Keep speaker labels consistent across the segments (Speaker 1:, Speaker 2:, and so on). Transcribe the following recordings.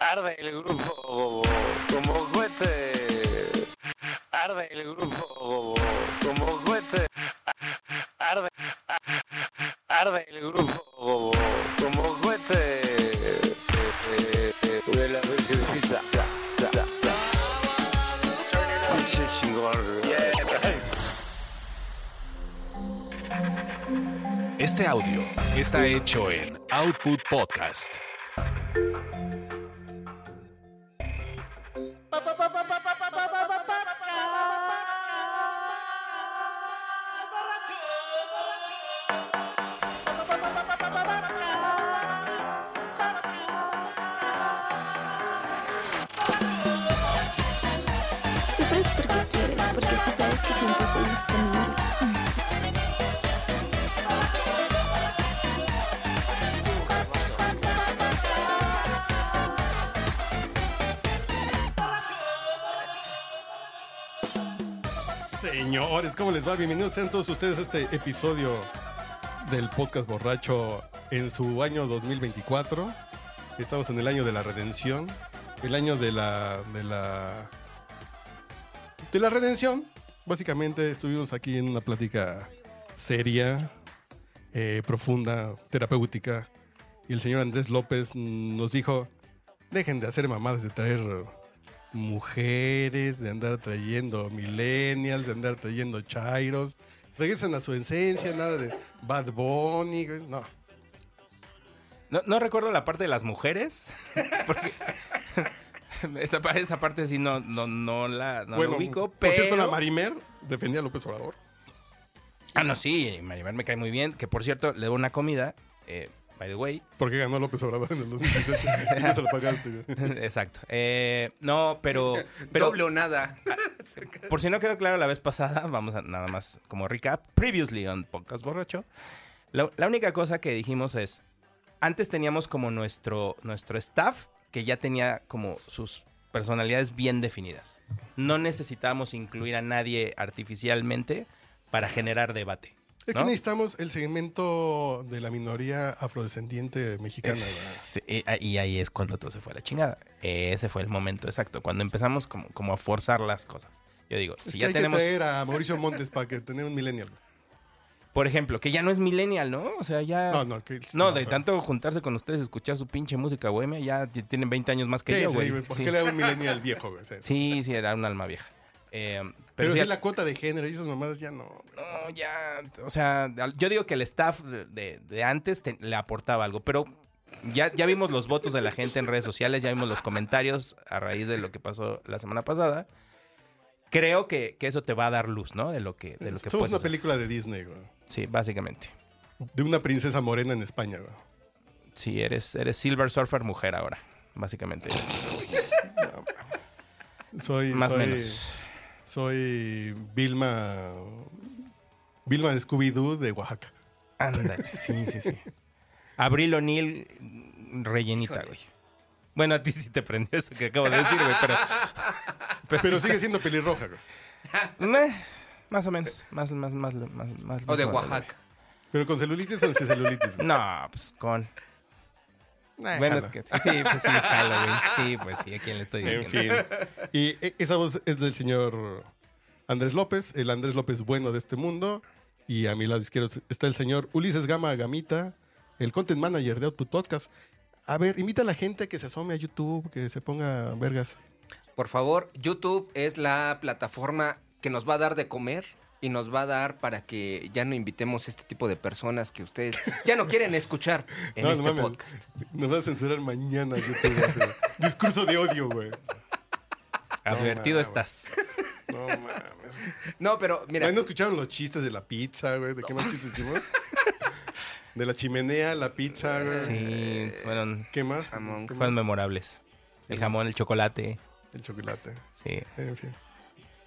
Speaker 1: Arde el grupo como, como cohete. Arde el grupo como, como cohete. Arde, arde el grupo como, como cohete. Eh, eh, De la virgencita. Ya, ya, ya. Pinche chingón.
Speaker 2: Este audio está hecho en Output Podcast.
Speaker 3: Siempre es porque quieres, porque tú sabes que siempre estoy disponible.
Speaker 4: Señores, ¿cómo les va? Bienvenidos sean todos ustedes a este episodio del podcast borracho en su año 2024. Estamos en el año de la redención, el año de la de la de la redención. Básicamente estuvimos aquí en una plática seria, eh, profunda, terapéutica y el señor Andrés López mm, nos dijo, dejen de hacer mamadas de traer mujeres, de andar trayendo millennials, de andar trayendo chairos. Regresan a su esencia, nada de Bad Bunny, güey, no.
Speaker 5: No, no recuerdo la parte de las mujeres. Porque esa, pa- esa parte sí no, no, no la no la ubico,
Speaker 4: por
Speaker 5: pero...
Speaker 4: cierto, la Marimer defendía a López Obrador.
Speaker 5: Ah, no, sí, Maribel me cae muy bien. Que, por cierto, le doy una comida, eh, by the way.
Speaker 4: Porque ganó López Obrador en el 2018. Y no se lo pagaste. güey.
Speaker 5: Exacto. Eh, no, pero... pero Ah,
Speaker 6: Doble o nada.
Speaker 5: Por si no quedó claro la vez pasada, vamos a nada más como recap. Previously on Podcast Borracho. La, la única cosa que dijimos es, antes teníamos como nuestro, nuestro staff que ya tenía como sus personalidades bien definidas. No necesitábamos incluir a nadie artificialmente para generar debate.
Speaker 4: Es que
Speaker 5: ¿no?
Speaker 4: necesitamos el segmento de la minoría afrodescendiente mexicana. güey.
Speaker 5: Es- eh, ah, y ahí es cuando todo se fue a la chingada. Ese fue el momento exacto, cuando empezamos como, como a forzar las cosas. Yo digo,
Speaker 4: Es
Speaker 5: si
Speaker 4: que
Speaker 5: ya
Speaker 4: hay
Speaker 5: tenemos...
Speaker 4: que traer a Mauricio Montes para que tener un millennial. güey.
Speaker 5: Por ejemplo, que ya no es millennial, ¿no? O sea, ya...
Speaker 4: No, no, que-
Speaker 5: No, de
Speaker 4: pero-
Speaker 5: tanto juntarse con ustedes, escuchar su pinche música, güey, me- ya t- tienen 20 años más que
Speaker 4: Sí,
Speaker 5: yo,
Speaker 4: sí,
Speaker 5: güey.
Speaker 4: güey, ¿Por
Speaker 5: Sí.
Speaker 4: qué le da un millennial viejo? güey? O sea,
Speaker 5: sí, sí, era un alma vieja. Eh,
Speaker 4: pero
Speaker 5: pero
Speaker 4: si
Speaker 5: ya,
Speaker 4: es la cuota de género y esas mamadas ya no.
Speaker 5: no, ya, o sea, al- yo digo que el staff de, de- de antes te- le aportaba algo, pero ya, ya vimos los votos de la gente en redes sociales, ya vimos los comentarios a raíz de lo que pasó la semana pasada. Creo que, que eso te va a dar luz, ¿no? De lo que, de lo que
Speaker 4: Somos
Speaker 5: puedes
Speaker 4: una
Speaker 5: hacer.
Speaker 4: película de Disney, güey.
Speaker 5: Sí, básicamente.
Speaker 4: De una princesa morena en España, güey.
Speaker 5: Sí, eres, eres Silver Surfer mujer ahora, básicamente. eres eso.
Speaker 4: Soy,
Speaker 5: Más o
Speaker 4: soy-
Speaker 5: menos.
Speaker 4: Soy Vilma. Vilma de Scooby-Doo de Oaxaca.
Speaker 5: Ándale, sí, sí, sí. Abril O'Neill mm, rellenita, güey. Bueno, a ti sí te prendió eso que acabo de decir, güey, pero...
Speaker 4: Pero sigue siendo pelirroja, güey.
Speaker 5: Meh, más o menos, más, más, más, más, más-
Speaker 6: O de
Speaker 5: más-
Speaker 6: Oaxaca.
Speaker 4: Pero con celulitis o sin celulitis, güey.
Speaker 5: No, pues con...
Speaker 4: Nah,
Speaker 5: Bueno,
Speaker 4: jalo.
Speaker 5: es que sí, sí, pues sí, jalo, güey. Sí, pues sí, ¿a quién le estoy
Speaker 4: En
Speaker 5: diciendo?
Speaker 4: fin. Y eh, esa voz es del señor Andrés López, el Andrés López bueno de este mundo. Y a mi lado izquierdo está el señor Ulises Gama Gamita, el content manager de Output Podcast. A ver, invita a la gente a que se asome a YouTube, que se ponga vergas.
Speaker 6: Por favor, YouTube es la plataforma que nos va a dar de comer y nos va a dar para que ya no invitemos este tipo de personas que ustedes ya no quieren escuchar en
Speaker 4: No, no
Speaker 6: este
Speaker 4: mames.
Speaker 6: podcast.
Speaker 4: Nos va a censurar mañana YouTube. así. Discurso de odio, güey.
Speaker 5: Advertido
Speaker 4: No,
Speaker 5: estás.
Speaker 4: No mames.
Speaker 6: No, pero mira,
Speaker 4: Ahí no escucharon los chistes de la pizza, güey. ¿De qué más chistes hicimos? De la chimenea, la pizza, güey.
Speaker 5: Sí, fueron,
Speaker 4: ¿Qué más?
Speaker 6: Jamón.
Speaker 4: ¿Qué más?
Speaker 5: fueron memorables. El jamón, el chocolate,
Speaker 4: El chocolate.
Speaker 5: sí. pues,
Speaker 4: En fin.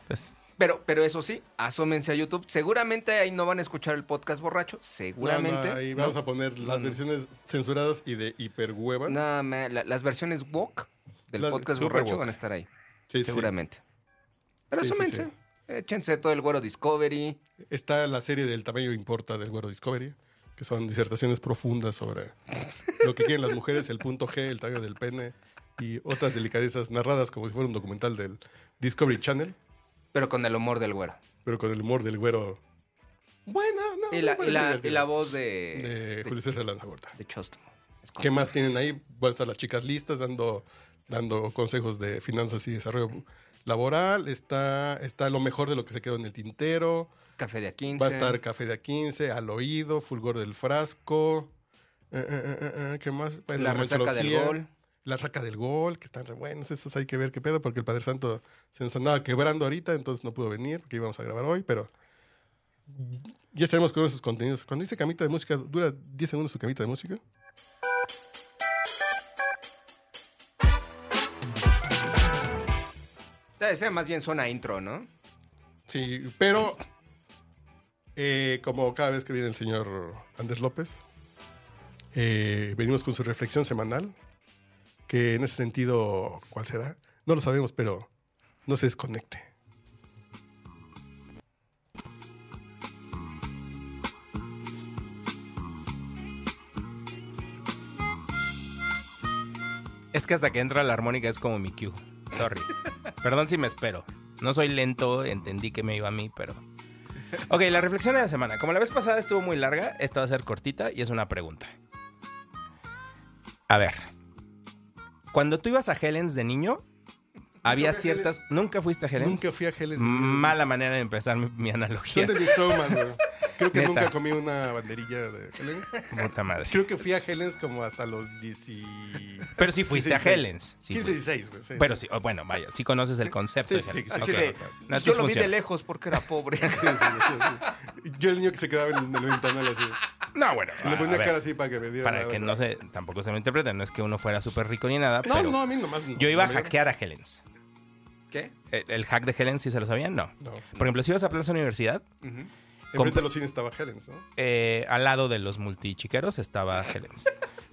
Speaker 5: Entonces,
Speaker 6: pero, pero eso sí, asómense a YouTube. Seguramente ahí no van a escuchar el podcast borracho. Seguramente.
Speaker 4: No, no, ahí vamos a poner las versiones censuradas y de hiperhueva.
Speaker 6: Nada más, la- las versiones walk del
Speaker 4: Las-
Speaker 6: podcast
Speaker 4: super
Speaker 6: borracho
Speaker 4: woke.
Speaker 6: van a estar ahí.
Speaker 4: Sí, sí.
Speaker 6: seguramente. Pero
Speaker 4: Sí, sí,
Speaker 6: asómense.
Speaker 4: sí.
Speaker 6: Échense todo el güero Discovery.
Speaker 4: Está la serie del tamaño importa del Güero Discovery, que son disertaciones profundas sobre lo que quieren las mujeres, el punto G, el tamaño del pene y otras delicadezas narradas como si fuera un documental del Discovery Channel,
Speaker 6: Pero con el humor del güero.
Speaker 4: pero con el humor del güero. Bueno, no.
Speaker 6: Y la,
Speaker 4: me parece
Speaker 6: y la- y
Speaker 4: divertido.
Speaker 6: la voz de,
Speaker 4: de Julio César Lanzagorta.
Speaker 6: de Chóstomo. Es como-
Speaker 4: ¿Qué más tienen ahí? Van a estar las chicas listas dando, dando consejos de finanzas y desarrollo laboral. Está, está lo mejor de lo que se quedó en el tintero.
Speaker 6: Café de A15.
Speaker 4: Va a estar Café de A15, Al Oído, Fulgor del Frasco. Eh, eh, eh, eh, ¿Qué más? Bueno,
Speaker 6: La resaca del
Speaker 4: Mixología,
Speaker 6: gol.
Speaker 4: La resaca del gol, que están re buenos. Esos hay que ver qué pedo, porque el Padre Santo se nos andaba quebrando ahorita, entonces no pudo venir, porque íbamos a grabar hoy, pero ya estaremos con esos contenidos. Cuando dice camita de música, ¿dura 10 segundos su camita de música?
Speaker 6: Debe ser más bien suena intro, ¿no?
Speaker 4: Sí, pero eh, como cada vez que viene el señor Andrés López, eh, venimos con su reflexión semanal, que en ese sentido, ¿cuál será? No lo sabemos, pero no se desconecte.
Speaker 5: Es que hasta que entra la armónica es como mi cue. Sorry. Perdón si me espero. No soy lento, entendí que me iba a mí, pero. Ok, la reflexión de la semana. Como la vez pasada estuvo muy larga, esta va a ser cortita y es una pregunta. A ver. Cuando tú ibas a Helens de niño, había
Speaker 4: fui a
Speaker 5: ciertas. ¿Nunca fuiste a Helens?
Speaker 4: Nunca fui a Hell's
Speaker 5: Mala manera de empezar mi, mi analogía.
Speaker 4: Son de mis traumas, güey. Creo que
Speaker 5: Neta.
Speaker 4: nunca comí una banderilla de Helens.
Speaker 5: Puta madre.
Speaker 4: Creo que fui a Helens como hasta los 16.
Speaker 5: Pero sí fuiste a Helens. Sí
Speaker 4: 15,
Speaker 5: fuiste.
Speaker 4: 16, güey. sí,
Speaker 5: Pero
Speaker 4: sí.
Speaker 5: sí, oh, bueno, vaya, sí conoces el concepto.
Speaker 4: Sí,
Speaker 5: de
Speaker 4: sí,
Speaker 5: Helens.
Speaker 4: sí,
Speaker 6: Así
Speaker 5: Ok.
Speaker 6: de, "Pues
Speaker 5: No,
Speaker 6: yo lo vi
Speaker 5: funciona.
Speaker 6: de lejos porque era pobre.
Speaker 4: Sí, sí, sí, sí. Yo el niño que se quedaba en el ventanal así.
Speaker 5: No, bueno.
Speaker 4: Le
Speaker 5: a
Speaker 4: ponía
Speaker 5: ver.
Speaker 4: cara así para que me diera
Speaker 5: Para
Speaker 4: nada,
Speaker 5: que
Speaker 4: ¿no?
Speaker 5: no se, tampoco se me interprete, no es que uno fuera súper rico ni nada,
Speaker 4: No,
Speaker 5: pero
Speaker 4: no, a mí nomás. no.
Speaker 5: yo iba a
Speaker 4: No me-
Speaker 5: hackear a Helens.
Speaker 6: ¿Qué?
Speaker 5: El, el hack de Helens, si se lo sabían, no.
Speaker 4: No.
Speaker 5: Por ejemplo, si ibas a Plaza Universidad,
Speaker 6: Ujú.
Speaker 4: Enfrente de los cines estaba Helens, ¿no?
Speaker 5: eh, al lado de los multichiqueros estaba Helens.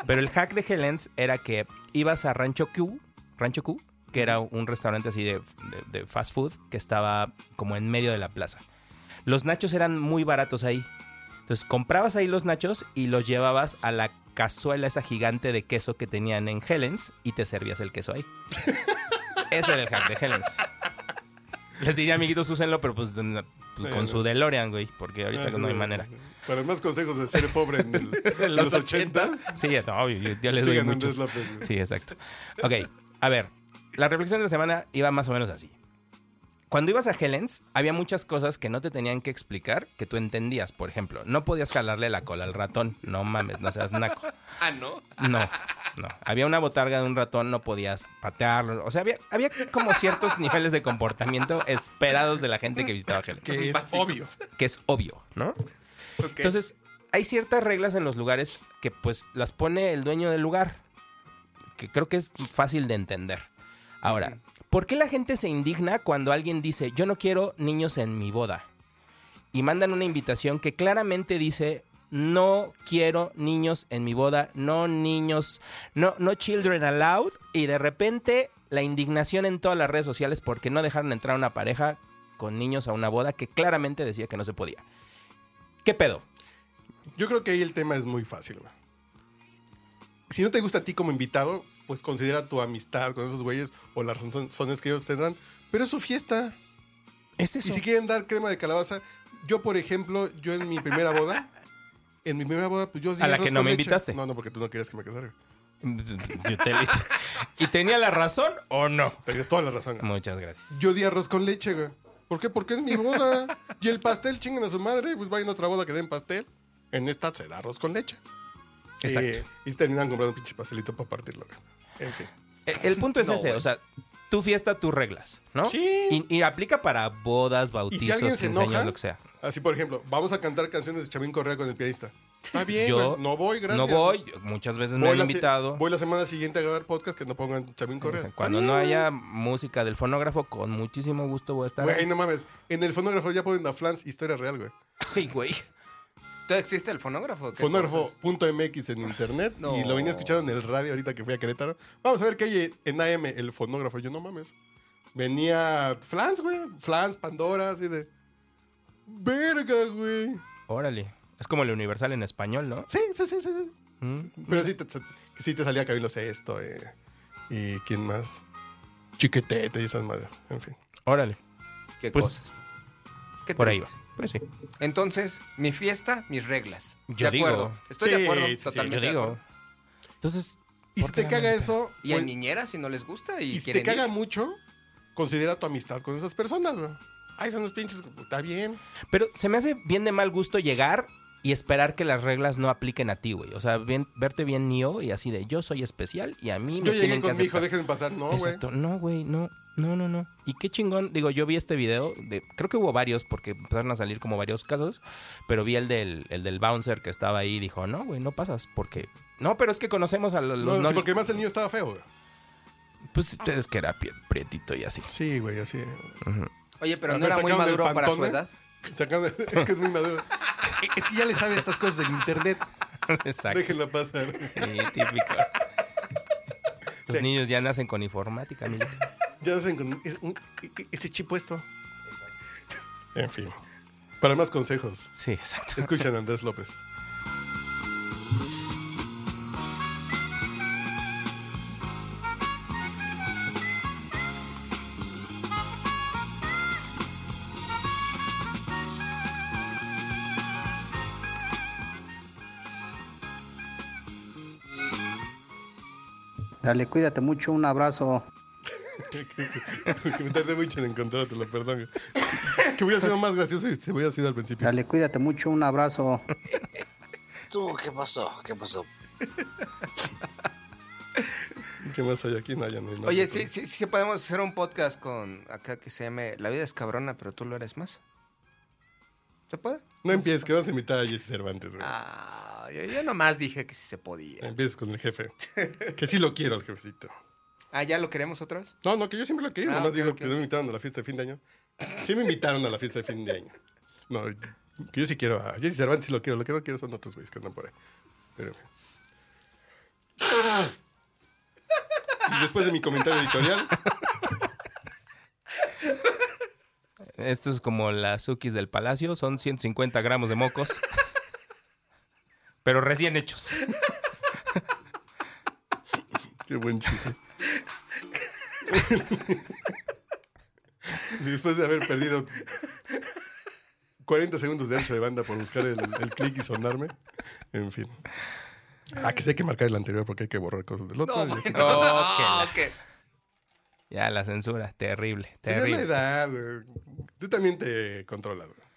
Speaker 5: Pero el hack de Helens era que ibas a Rancho Q, Rancho Q, que era un restaurante así de, de- de fast food que estaba como en medio de la plaza. Los nachos eran muy baratos ahí. Entonces comprabas ahí los nachos y los llevabas a la cazuela esa gigante de queso que tenían en Helens y te servías el queso ahí. Ese era el hack de Helens. Les diría, amiguitos, úsenlo, pero pues, n- pues,
Speaker 4: Sí,
Speaker 5: con
Speaker 4: no.
Speaker 5: su DeLorean, güey, porque ahorita no hay manera.
Speaker 4: Para más consejos de ser pobre en, el- en los 80,
Speaker 5: Sí, ya, no, obvio, yo, yo les doy
Speaker 4: sigan a Andrés
Speaker 5: muchos.
Speaker 4: López. güey.
Speaker 5: Sí, exacto. Ok, a ver, la reflexión de la semana iba más o menos así. Cuando ibas a Helens, había muchas cosas que no te tenían que explicar que tú entendías. Por ejemplo, no podías jalarle la cola al ratón. No mames, no seas naco.
Speaker 6: Ah, ¿no?
Speaker 5: No, no. Había una botarga de un ratón, no podías patearlo. O sea, había, había como ciertos niveles de comportamiento esperados de la gente que visitaba Helens.
Speaker 4: Que es
Speaker 6: Básicos.
Speaker 4: obvio.
Speaker 5: Que es obvio, ¿no?
Speaker 6: Ok.
Speaker 5: Entonces, hay ciertas reglas en los lugares que pues las pone el dueño del lugar, que creo que es fácil de entender. Ahora, ¿por qué la gente se indigna cuando alguien dice, yo no quiero niños en mi boda? Y mandan una invitación que claramente dice, no quiero niños en mi boda, no niños, no, no children allowed. Y de repente la indignación en todas las redes sociales porque no dejaron entrar a una pareja con niños a una boda que claramente decía que no se podía. ¿Qué pedo?
Speaker 4: Yo creo que ahí el tema es muy fácil, güey. Si no te gusta a ti como invitado, pues considera tu amistad con esos güeyes o las razones que ellos tendrán. Pero es su fiesta.
Speaker 5: Es eso.
Speaker 4: Y si quieren dar crema de calabaza, yo, por ejemplo, yo en mi primera boda, en mi primera boda, pues yo di
Speaker 5: A la
Speaker 4: arroz
Speaker 5: que no
Speaker 4: con
Speaker 5: me
Speaker 4: leche.
Speaker 5: invitaste.
Speaker 4: No, no, porque tú no querías que me casara.
Speaker 5: Yo te leí. ¿Y tenía la razón o no?
Speaker 4: Tenías toda la razón.
Speaker 5: Muchas gracias.
Speaker 4: Yo di arroz con leche, güey. ¿Por qué? Porque es mi boda. Y el pastel, chingan a su madre, pues vayan a otra boda que den pastel. En esta se da arroz con leche.
Speaker 5: Exacto.
Speaker 4: Eh, y terminan comprando un pinche pastelito para partirlo, güey. En fin.
Speaker 5: E, El, el punto es
Speaker 6: No,
Speaker 5: ese,
Speaker 6: güey.
Speaker 5: o sea, tu fiesta, tus reglas, ¿no?
Speaker 4: Sí.
Speaker 5: Y, y aplica para bodas, bautizos,
Speaker 4: alguien se
Speaker 5: 15 años,
Speaker 4: enoja,
Speaker 5: lo que sea.
Speaker 4: Así, por ejemplo, vamos a cantar canciones de Chavín Correa con el pianista. Está bien,
Speaker 5: Yo
Speaker 4: güey. No voy, gracias.
Speaker 5: No voy, yo- muchas veces me
Speaker 4: Voy
Speaker 5: han
Speaker 4: la se-
Speaker 5: invitado.
Speaker 4: voy la semana siguiente a grabar podcast que no pongan Chavín Correa. Está
Speaker 5: Cuando
Speaker 4: bien,
Speaker 5: no
Speaker 4: güey.
Speaker 5: haya música del fonógrafo, con muchísimo gusto voy a estar.
Speaker 4: Güey,
Speaker 5: ahí.
Speaker 4: no mames. En el fonógrafo ya ponen a Flans historia real, güey.
Speaker 5: Ay, güey.
Speaker 6: ¿Todavía existe el fonógrafo? ¿Qué cosas?
Speaker 4: Fonógrafo.mx en internet.
Speaker 6: No.
Speaker 4: Y lo venía escuchando en el radio ahorita que fui a Querétaro. Vamos a ver qué hay en AM, el fonógrafo. Yo no mames. Venía Flans, güey. Flans, Pandora, así de. Verga, güey.
Speaker 5: Órale. Es como el universal en español, ¿no?
Speaker 4: Sí, sí, sí, sí. sí.
Speaker 5: Mm.
Speaker 4: Pero sí te, sí te salía que había, no sé, esto, eh, ¿Y quién más? Chiquetete y esas madres. En fin.
Speaker 5: Órale.
Speaker 6: Qué
Speaker 5: Pues,
Speaker 6: cosas. Qué
Speaker 5: Por ahí va.
Speaker 6: triste.
Speaker 5: Pues sí.
Speaker 6: Entonces, mi fiesta, mis reglas.
Speaker 5: Yo
Speaker 6: de
Speaker 5: digo.
Speaker 6: acuerdo. Estoy
Speaker 4: Sí,
Speaker 6: de acuerdo.
Speaker 4: sí, sí,
Speaker 6: totalmente.
Speaker 5: Yo
Speaker 6: de
Speaker 5: digo.
Speaker 6: acuerdo.
Speaker 5: Entonces.
Speaker 4: Y
Speaker 5: ¿por
Speaker 4: si
Speaker 5: qué
Speaker 4: te
Speaker 5: no
Speaker 4: caga
Speaker 5: me-
Speaker 4: eso.
Speaker 6: Y hay
Speaker 4: güey,
Speaker 6: niñeras si no les gusta y,
Speaker 4: Pues Y si te
Speaker 6: quieren
Speaker 4: caga
Speaker 6: ir.
Speaker 4: mucho, considera tu amistad con esas personas, güey. Ay, son unos pinches. Está bien.
Speaker 5: Pero se me hace bien de mal gusto llegar y esperar que las reglas no apliquen a ti, güey. O sea, bien, verte bien yo y así de yo soy especial y a mí me
Speaker 4: Yo llegué
Speaker 5: tienen que
Speaker 4: con mi hijo,
Speaker 5: aceptar".
Speaker 4: déjenme pasar. No, güey.
Speaker 5: Exacto. No, güey, no. No, no, no. Y qué chingón. Digo, yo vi este video. De, creo que hubo varios porque empezaron a salir como varios casos. Pero vi el del, el del bouncer que estaba ahí y dijo, no, güey, no pasas porque... No, pero es que conocemos a los...
Speaker 4: No, sí,
Speaker 5: novios".
Speaker 4: porque además el niño estaba feo, güey.
Speaker 5: Pues es que era pie- prietito y así.
Speaker 4: Sí, güey, así.
Speaker 5: Ujú.
Speaker 6: Oye, pero
Speaker 4: Pero
Speaker 6: no era muy
Speaker 4: sacaron del
Speaker 6: maduro para su
Speaker 4: pantone.
Speaker 6: edad.
Speaker 4: Sacando- es que es muy maduro. Es que ya le sabe estas cosas del internet.
Speaker 5: Exacto.
Speaker 4: Déjenla pasar.
Speaker 5: Sí, típico. Estos
Speaker 4: Sí.
Speaker 5: niños ya nacen con informática, amigo.
Speaker 4: Ya hacen con es- un- ese chip puesto. En fin. Para más consejos,
Speaker 5: Sí, exacto.
Speaker 4: escuchen a Andrés López.
Speaker 7: Dale, cuídate mucho, un abrazo.
Speaker 4: que me tardé mucho en encontrártelo, perdón. Que hubiera sido más gracioso si se hubiera sido al principio.
Speaker 7: Dale, cuídate mucho, un abrazo.
Speaker 8: ¿Tú qué pasó? ¿Qué pasó?
Speaker 5: Ah.
Speaker 4: ¿Qué más hay aquí? No, ya no hay nada.
Speaker 6: Oye, sí, sí, sí podemos hacer un podcast con acá que se llame La vida es cabrona, pero tú lo eres más. ¿Se puede?
Speaker 4: No empieces, que vamos a invitar a Jesse Cervantes, güey.
Speaker 6: Ah, yo, yo nomás dije que sí se podía.
Speaker 4: Empieces con el jefe. Que sí lo quiero al jefecito.
Speaker 6: Ah, ¿ya lo queremos otra vez?
Speaker 4: No, no, que yo siempre lo he querido.
Speaker 6: Ah,
Speaker 4: nomás
Speaker 6: ok,
Speaker 4: digo
Speaker 6: ok,
Speaker 4: que no me invitaron a la fiesta de fin de año. Sí me invitaron a la fiesta de fin de año. No, que yo sí quiero a Jesse Cervantes, sí lo quiero. Lo que no quiero son otros güeyes que andan por ahí. Pero, en fin. Y después de mi comentario editorial,
Speaker 5: Esto es como las Sukis del Palacio. Son 150 gramos de mocos. pero recién hechos.
Speaker 4: qué buen chiste. Y Después de haber perdido 40 segundos de ancho de banda por buscar el, el clic y sonarme, en fin. Ah, que sí hay que marcar el anterior porque hay que borrar cosas del otro.
Speaker 6: No,
Speaker 4: y así.
Speaker 6: bueno.
Speaker 5: Ok.
Speaker 6: Ah, ok.
Speaker 5: Ya, la censura. Terrible,
Speaker 4: Pues ya es la
Speaker 5: terrible.
Speaker 4: edad, güey. Tú también te controlas, güey.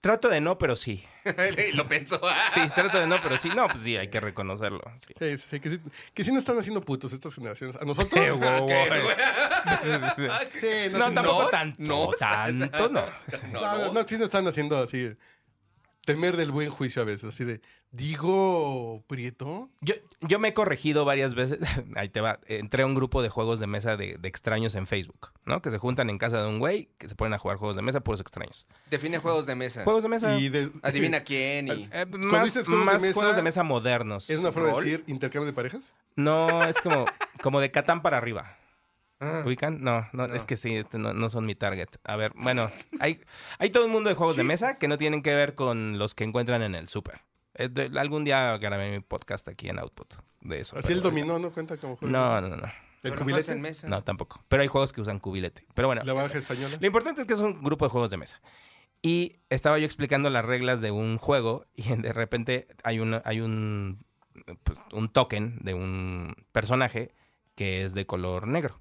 Speaker 5: Trato de no, pero sí.
Speaker 6: lo pensó.
Speaker 5: Sí, trato de no, pero sí. No, pues sí, hay que reconocerlo. Sí.
Speaker 4: Sí, sí, sí, que, sí, que sí nos están haciendo putos estas generaciones. A nosotros.
Speaker 5: Eh, wow,
Speaker 4: ¿Qué?
Speaker 5: wow. Sí, sí, sí.
Speaker 4: Sí, no,
Speaker 5: No,
Speaker 4: sí,
Speaker 5: tampoco
Speaker 4: nos-
Speaker 5: tanto,
Speaker 6: nos-
Speaker 5: tanto no.
Speaker 4: No, no, no, sí nos están haciendo así. Temer del buen juicio a veces, así de. Digo, Prieto.
Speaker 5: Yo, yo me he corregido varias veces. Ahí te va. Entré a un grupo de juegos de mesa de, de extraños en Facebook, ¿no? Que se juntan en casa de un güey, que se ponen a jugar juegos de mesa puros extraños.
Speaker 6: Define juegos de mesa.
Speaker 5: Juegos de mesa.
Speaker 4: Y de-
Speaker 6: Adivina quién y...
Speaker 5: Eh, más
Speaker 4: dices juegos de
Speaker 5: más
Speaker 4: mesa,
Speaker 5: juegos de mesa modernos.
Speaker 4: ¿Es una forma
Speaker 5: Rol.
Speaker 4: de decir intercambio de parejas?
Speaker 5: No, es como, como de Catán para arriba.
Speaker 6: Ah.
Speaker 5: ¿Ubican? No, no,
Speaker 6: No.
Speaker 5: es que sí, este, no, no son mi target. A ver, bueno, hay, hay todo un mundo de juegos de mesa que no tienen que ver con los que encuentran en el súper. Eh, de- Algún día grabé mi podcast aquí en Output de eso.
Speaker 4: Así
Speaker 5: pero
Speaker 4: el
Speaker 5: ahorita-
Speaker 4: dominó no cuenta como juego.
Speaker 5: No, no, no.
Speaker 4: El
Speaker 6: Pero no juegas
Speaker 4: cubilete.
Speaker 6: en mesa.
Speaker 5: No, tampoco. Pero hay juegos que usan cubilete. Pero bueno,
Speaker 4: La baraja española.
Speaker 5: lo importante es que es un grupo de juegos de mesa. Y estaba yo explicando las reglas de un juego y de repente hay un, hay un, pues, un token de un personaje que es de color negro.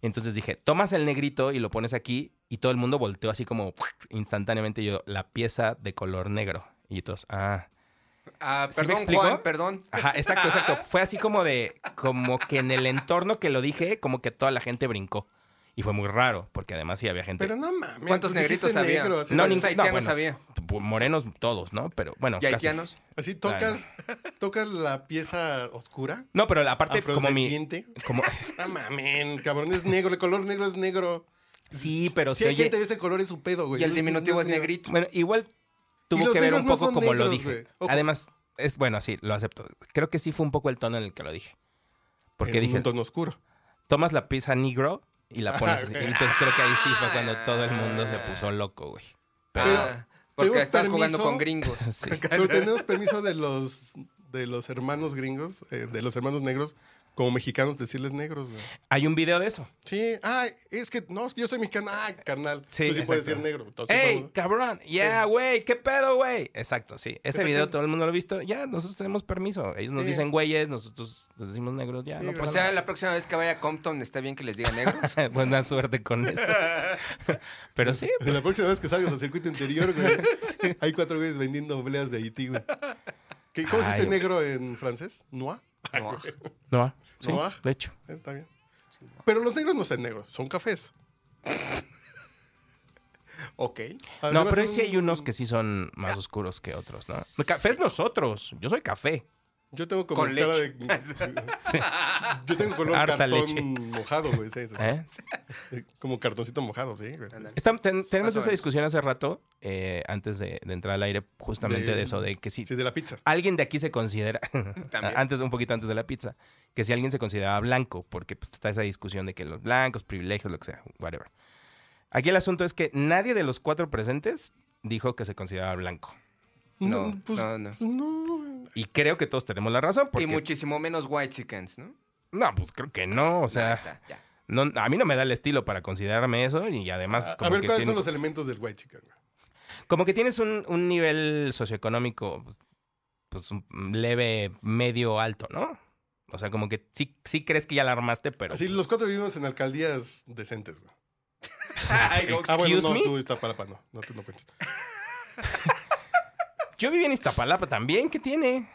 Speaker 5: Y entonces dije, tomas el negrito y lo pones aquí y todo el mundo volteó así como instantáneamente yo, la pieza de color negro. Y todos, ah.
Speaker 6: Ah,
Speaker 5: ¿Sí me
Speaker 6: perdón,
Speaker 5: explico?
Speaker 6: Juan, perdón.
Speaker 5: Ajá, exacto, exacto. Fue así como de, como que en el entorno que lo dije, como que toda la gente brincó. Y fue muy raro, porque además sí había gente.
Speaker 4: Pero no mames.
Speaker 6: ¿Cuántos
Speaker 4: tú dijiste
Speaker 6: negritos había?
Speaker 4: negro, así,
Speaker 5: No,
Speaker 6: ¿Cuántos
Speaker 5: ning- no,
Speaker 6: haitianos
Speaker 5: bueno.
Speaker 6: había?
Speaker 5: morenos todos, ¿no? Pero bueno,
Speaker 6: ¿Y
Speaker 5: casi.
Speaker 6: haitianos?
Speaker 4: así tocas, tocas la pieza oscura.
Speaker 5: No, pero la parte como mi
Speaker 4: afrodescendiente.
Speaker 5: como
Speaker 4: No mamen, cabrón, es negro, el color negro es negro.
Speaker 5: sí, pero
Speaker 4: si
Speaker 5: se
Speaker 4: hay
Speaker 5: oye.
Speaker 4: gente de ese color es su pedo, güey.
Speaker 6: Y el
Speaker 4: No
Speaker 6: diminutivo
Speaker 4: Pues no
Speaker 6: es negrito.
Speaker 5: Bueno, igual tuvo
Speaker 4: los
Speaker 5: que ver
Speaker 4: negros
Speaker 5: un
Speaker 4: no
Speaker 5: poco
Speaker 4: son
Speaker 5: como lo
Speaker 4: negros,
Speaker 5: dije.
Speaker 4: güey. Ojo.
Speaker 5: Además es bueno, sí, lo acepto. Creo que sí fue un poco el tono en el que lo dije. Porque
Speaker 4: en
Speaker 5: dije,
Speaker 4: un tono oscuro.
Speaker 5: tomas la pizza negro y la pones así.
Speaker 4: ok. Ah.
Speaker 5: Entonces creo que ahí sí fue cuando todo el mundo se puso loco, güey.
Speaker 4: Pero,
Speaker 6: Ah, porque
Speaker 4: ¿tenemos
Speaker 6: estás jugando
Speaker 4: permiso?
Speaker 6: con gringos.
Speaker 5: Sí.
Speaker 4: Pero tenemos permiso de los de los hermanos gringos, eh, de los hermanos negros como mexicanos decirles negros, güey.
Speaker 5: Hay un video de eso.
Speaker 4: Sí, ah, es que no, yo soy mexicano. Ah, carnal.
Speaker 5: Sí,
Speaker 4: Tú sí puedes
Speaker 5: exacto.
Speaker 4: decir negro. Entonces,
Speaker 5: ¡Ey,
Speaker 4: vamos-
Speaker 5: cabrón! ¡Yeah, güey! ¿Qué pedo, güey? Exacto, sí. Ese
Speaker 4: Exacto.
Speaker 5: video todo el mundo lo ha visto. Ya, nosotros tenemos permiso. Ellos nos
Speaker 4: Pues Sí.
Speaker 5: dicen güeyes, nosotros les decimos negros. Ya,
Speaker 4: Sí,
Speaker 5: no
Speaker 4: güey.
Speaker 6: O
Speaker 5: pasa
Speaker 6: sea, la próxima vez que vaya a Compton, está bien que les diga negros.
Speaker 5: nada. Buena suerte con eso. Pero sí,
Speaker 4: La próxima vez que salgas al circuito interior, güey, hay cuatro güeyes vendiendo obleas de Haití, güey. ¿Qué- ¿Cómo se
Speaker 5: Ay,
Speaker 4: dice
Speaker 5: güey.
Speaker 4: negro en francés? ¿Noir? Ay,
Speaker 6: Noir.
Speaker 4: güey,
Speaker 5: no. Sí,
Speaker 4: No, ah.
Speaker 5: de hecho.
Speaker 4: Está bien. Pero los negros no son negros, son cafés. ok.
Speaker 5: No,
Speaker 4: Además,
Speaker 5: pero
Speaker 4: son-
Speaker 5: sí hay unos que sí son más oscuros que otros, ¿no? Café es nosotros. Yo soy café.
Speaker 4: Yo tengo como
Speaker 6: Con
Speaker 4: cara
Speaker 6: leche.
Speaker 4: de. Yo tengo color
Speaker 5: Harta
Speaker 4: cartón
Speaker 5: leche.
Speaker 4: mojado, güey. sí, sí, sí.
Speaker 5: ¿eh?
Speaker 4: Como cartoncito mojado, sí. güey.
Speaker 6: Ándale.
Speaker 5: Estam- ten- tenemos
Speaker 6: Más o
Speaker 5: esa
Speaker 6: menos.
Speaker 5: discusión hace rato, eh, antes de, de entrar al aire, justamente de,
Speaker 4: De-
Speaker 5: eso, de que si
Speaker 4: Sí, de la pizza.
Speaker 5: alguien de aquí se considera, antes un poquito antes de la pizza, que si alguien se consideraba blanco, porque pues, está esa discusión de que los blancos, privilegios, lo que sea, whatever. Aquí el asunto es que nadie de los cuatro presentes dijo que se consideraba blanco.
Speaker 6: No,
Speaker 4: No, pues,
Speaker 6: no, no.
Speaker 4: no, güey.
Speaker 5: Y creo que todos tenemos la razón, porque...
Speaker 6: Y muchísimo menos white chickens, ¿no?
Speaker 5: No, pues creo que no, o
Speaker 6: Ahí
Speaker 5: sea...
Speaker 6: está, ya.
Speaker 5: No, a mí no me da el estilo para considerarme eso y además
Speaker 4: A- A
Speaker 5: como,
Speaker 4: ver,
Speaker 5: que,
Speaker 4: ¿cuáles son
Speaker 5: tiene-
Speaker 4: los elementos del white chicken? güey?
Speaker 5: como que tienes un, un nivel socioeconómico pues, pues un leve, medio, alto, ¿no? O sea, como que sí, sí crees que ya la armaste, pero...
Speaker 4: Así,
Speaker 5: pues,
Speaker 4: los cuatro vivimos en alcaldías decentes, güey.
Speaker 5: Excuse
Speaker 4: Ah, bueno, no,
Speaker 5: me.
Speaker 4: tú Iztapalapa, no. No, tú no cuentas.
Speaker 5: Yo viví en Iztapalapa también, ¿qué tiene?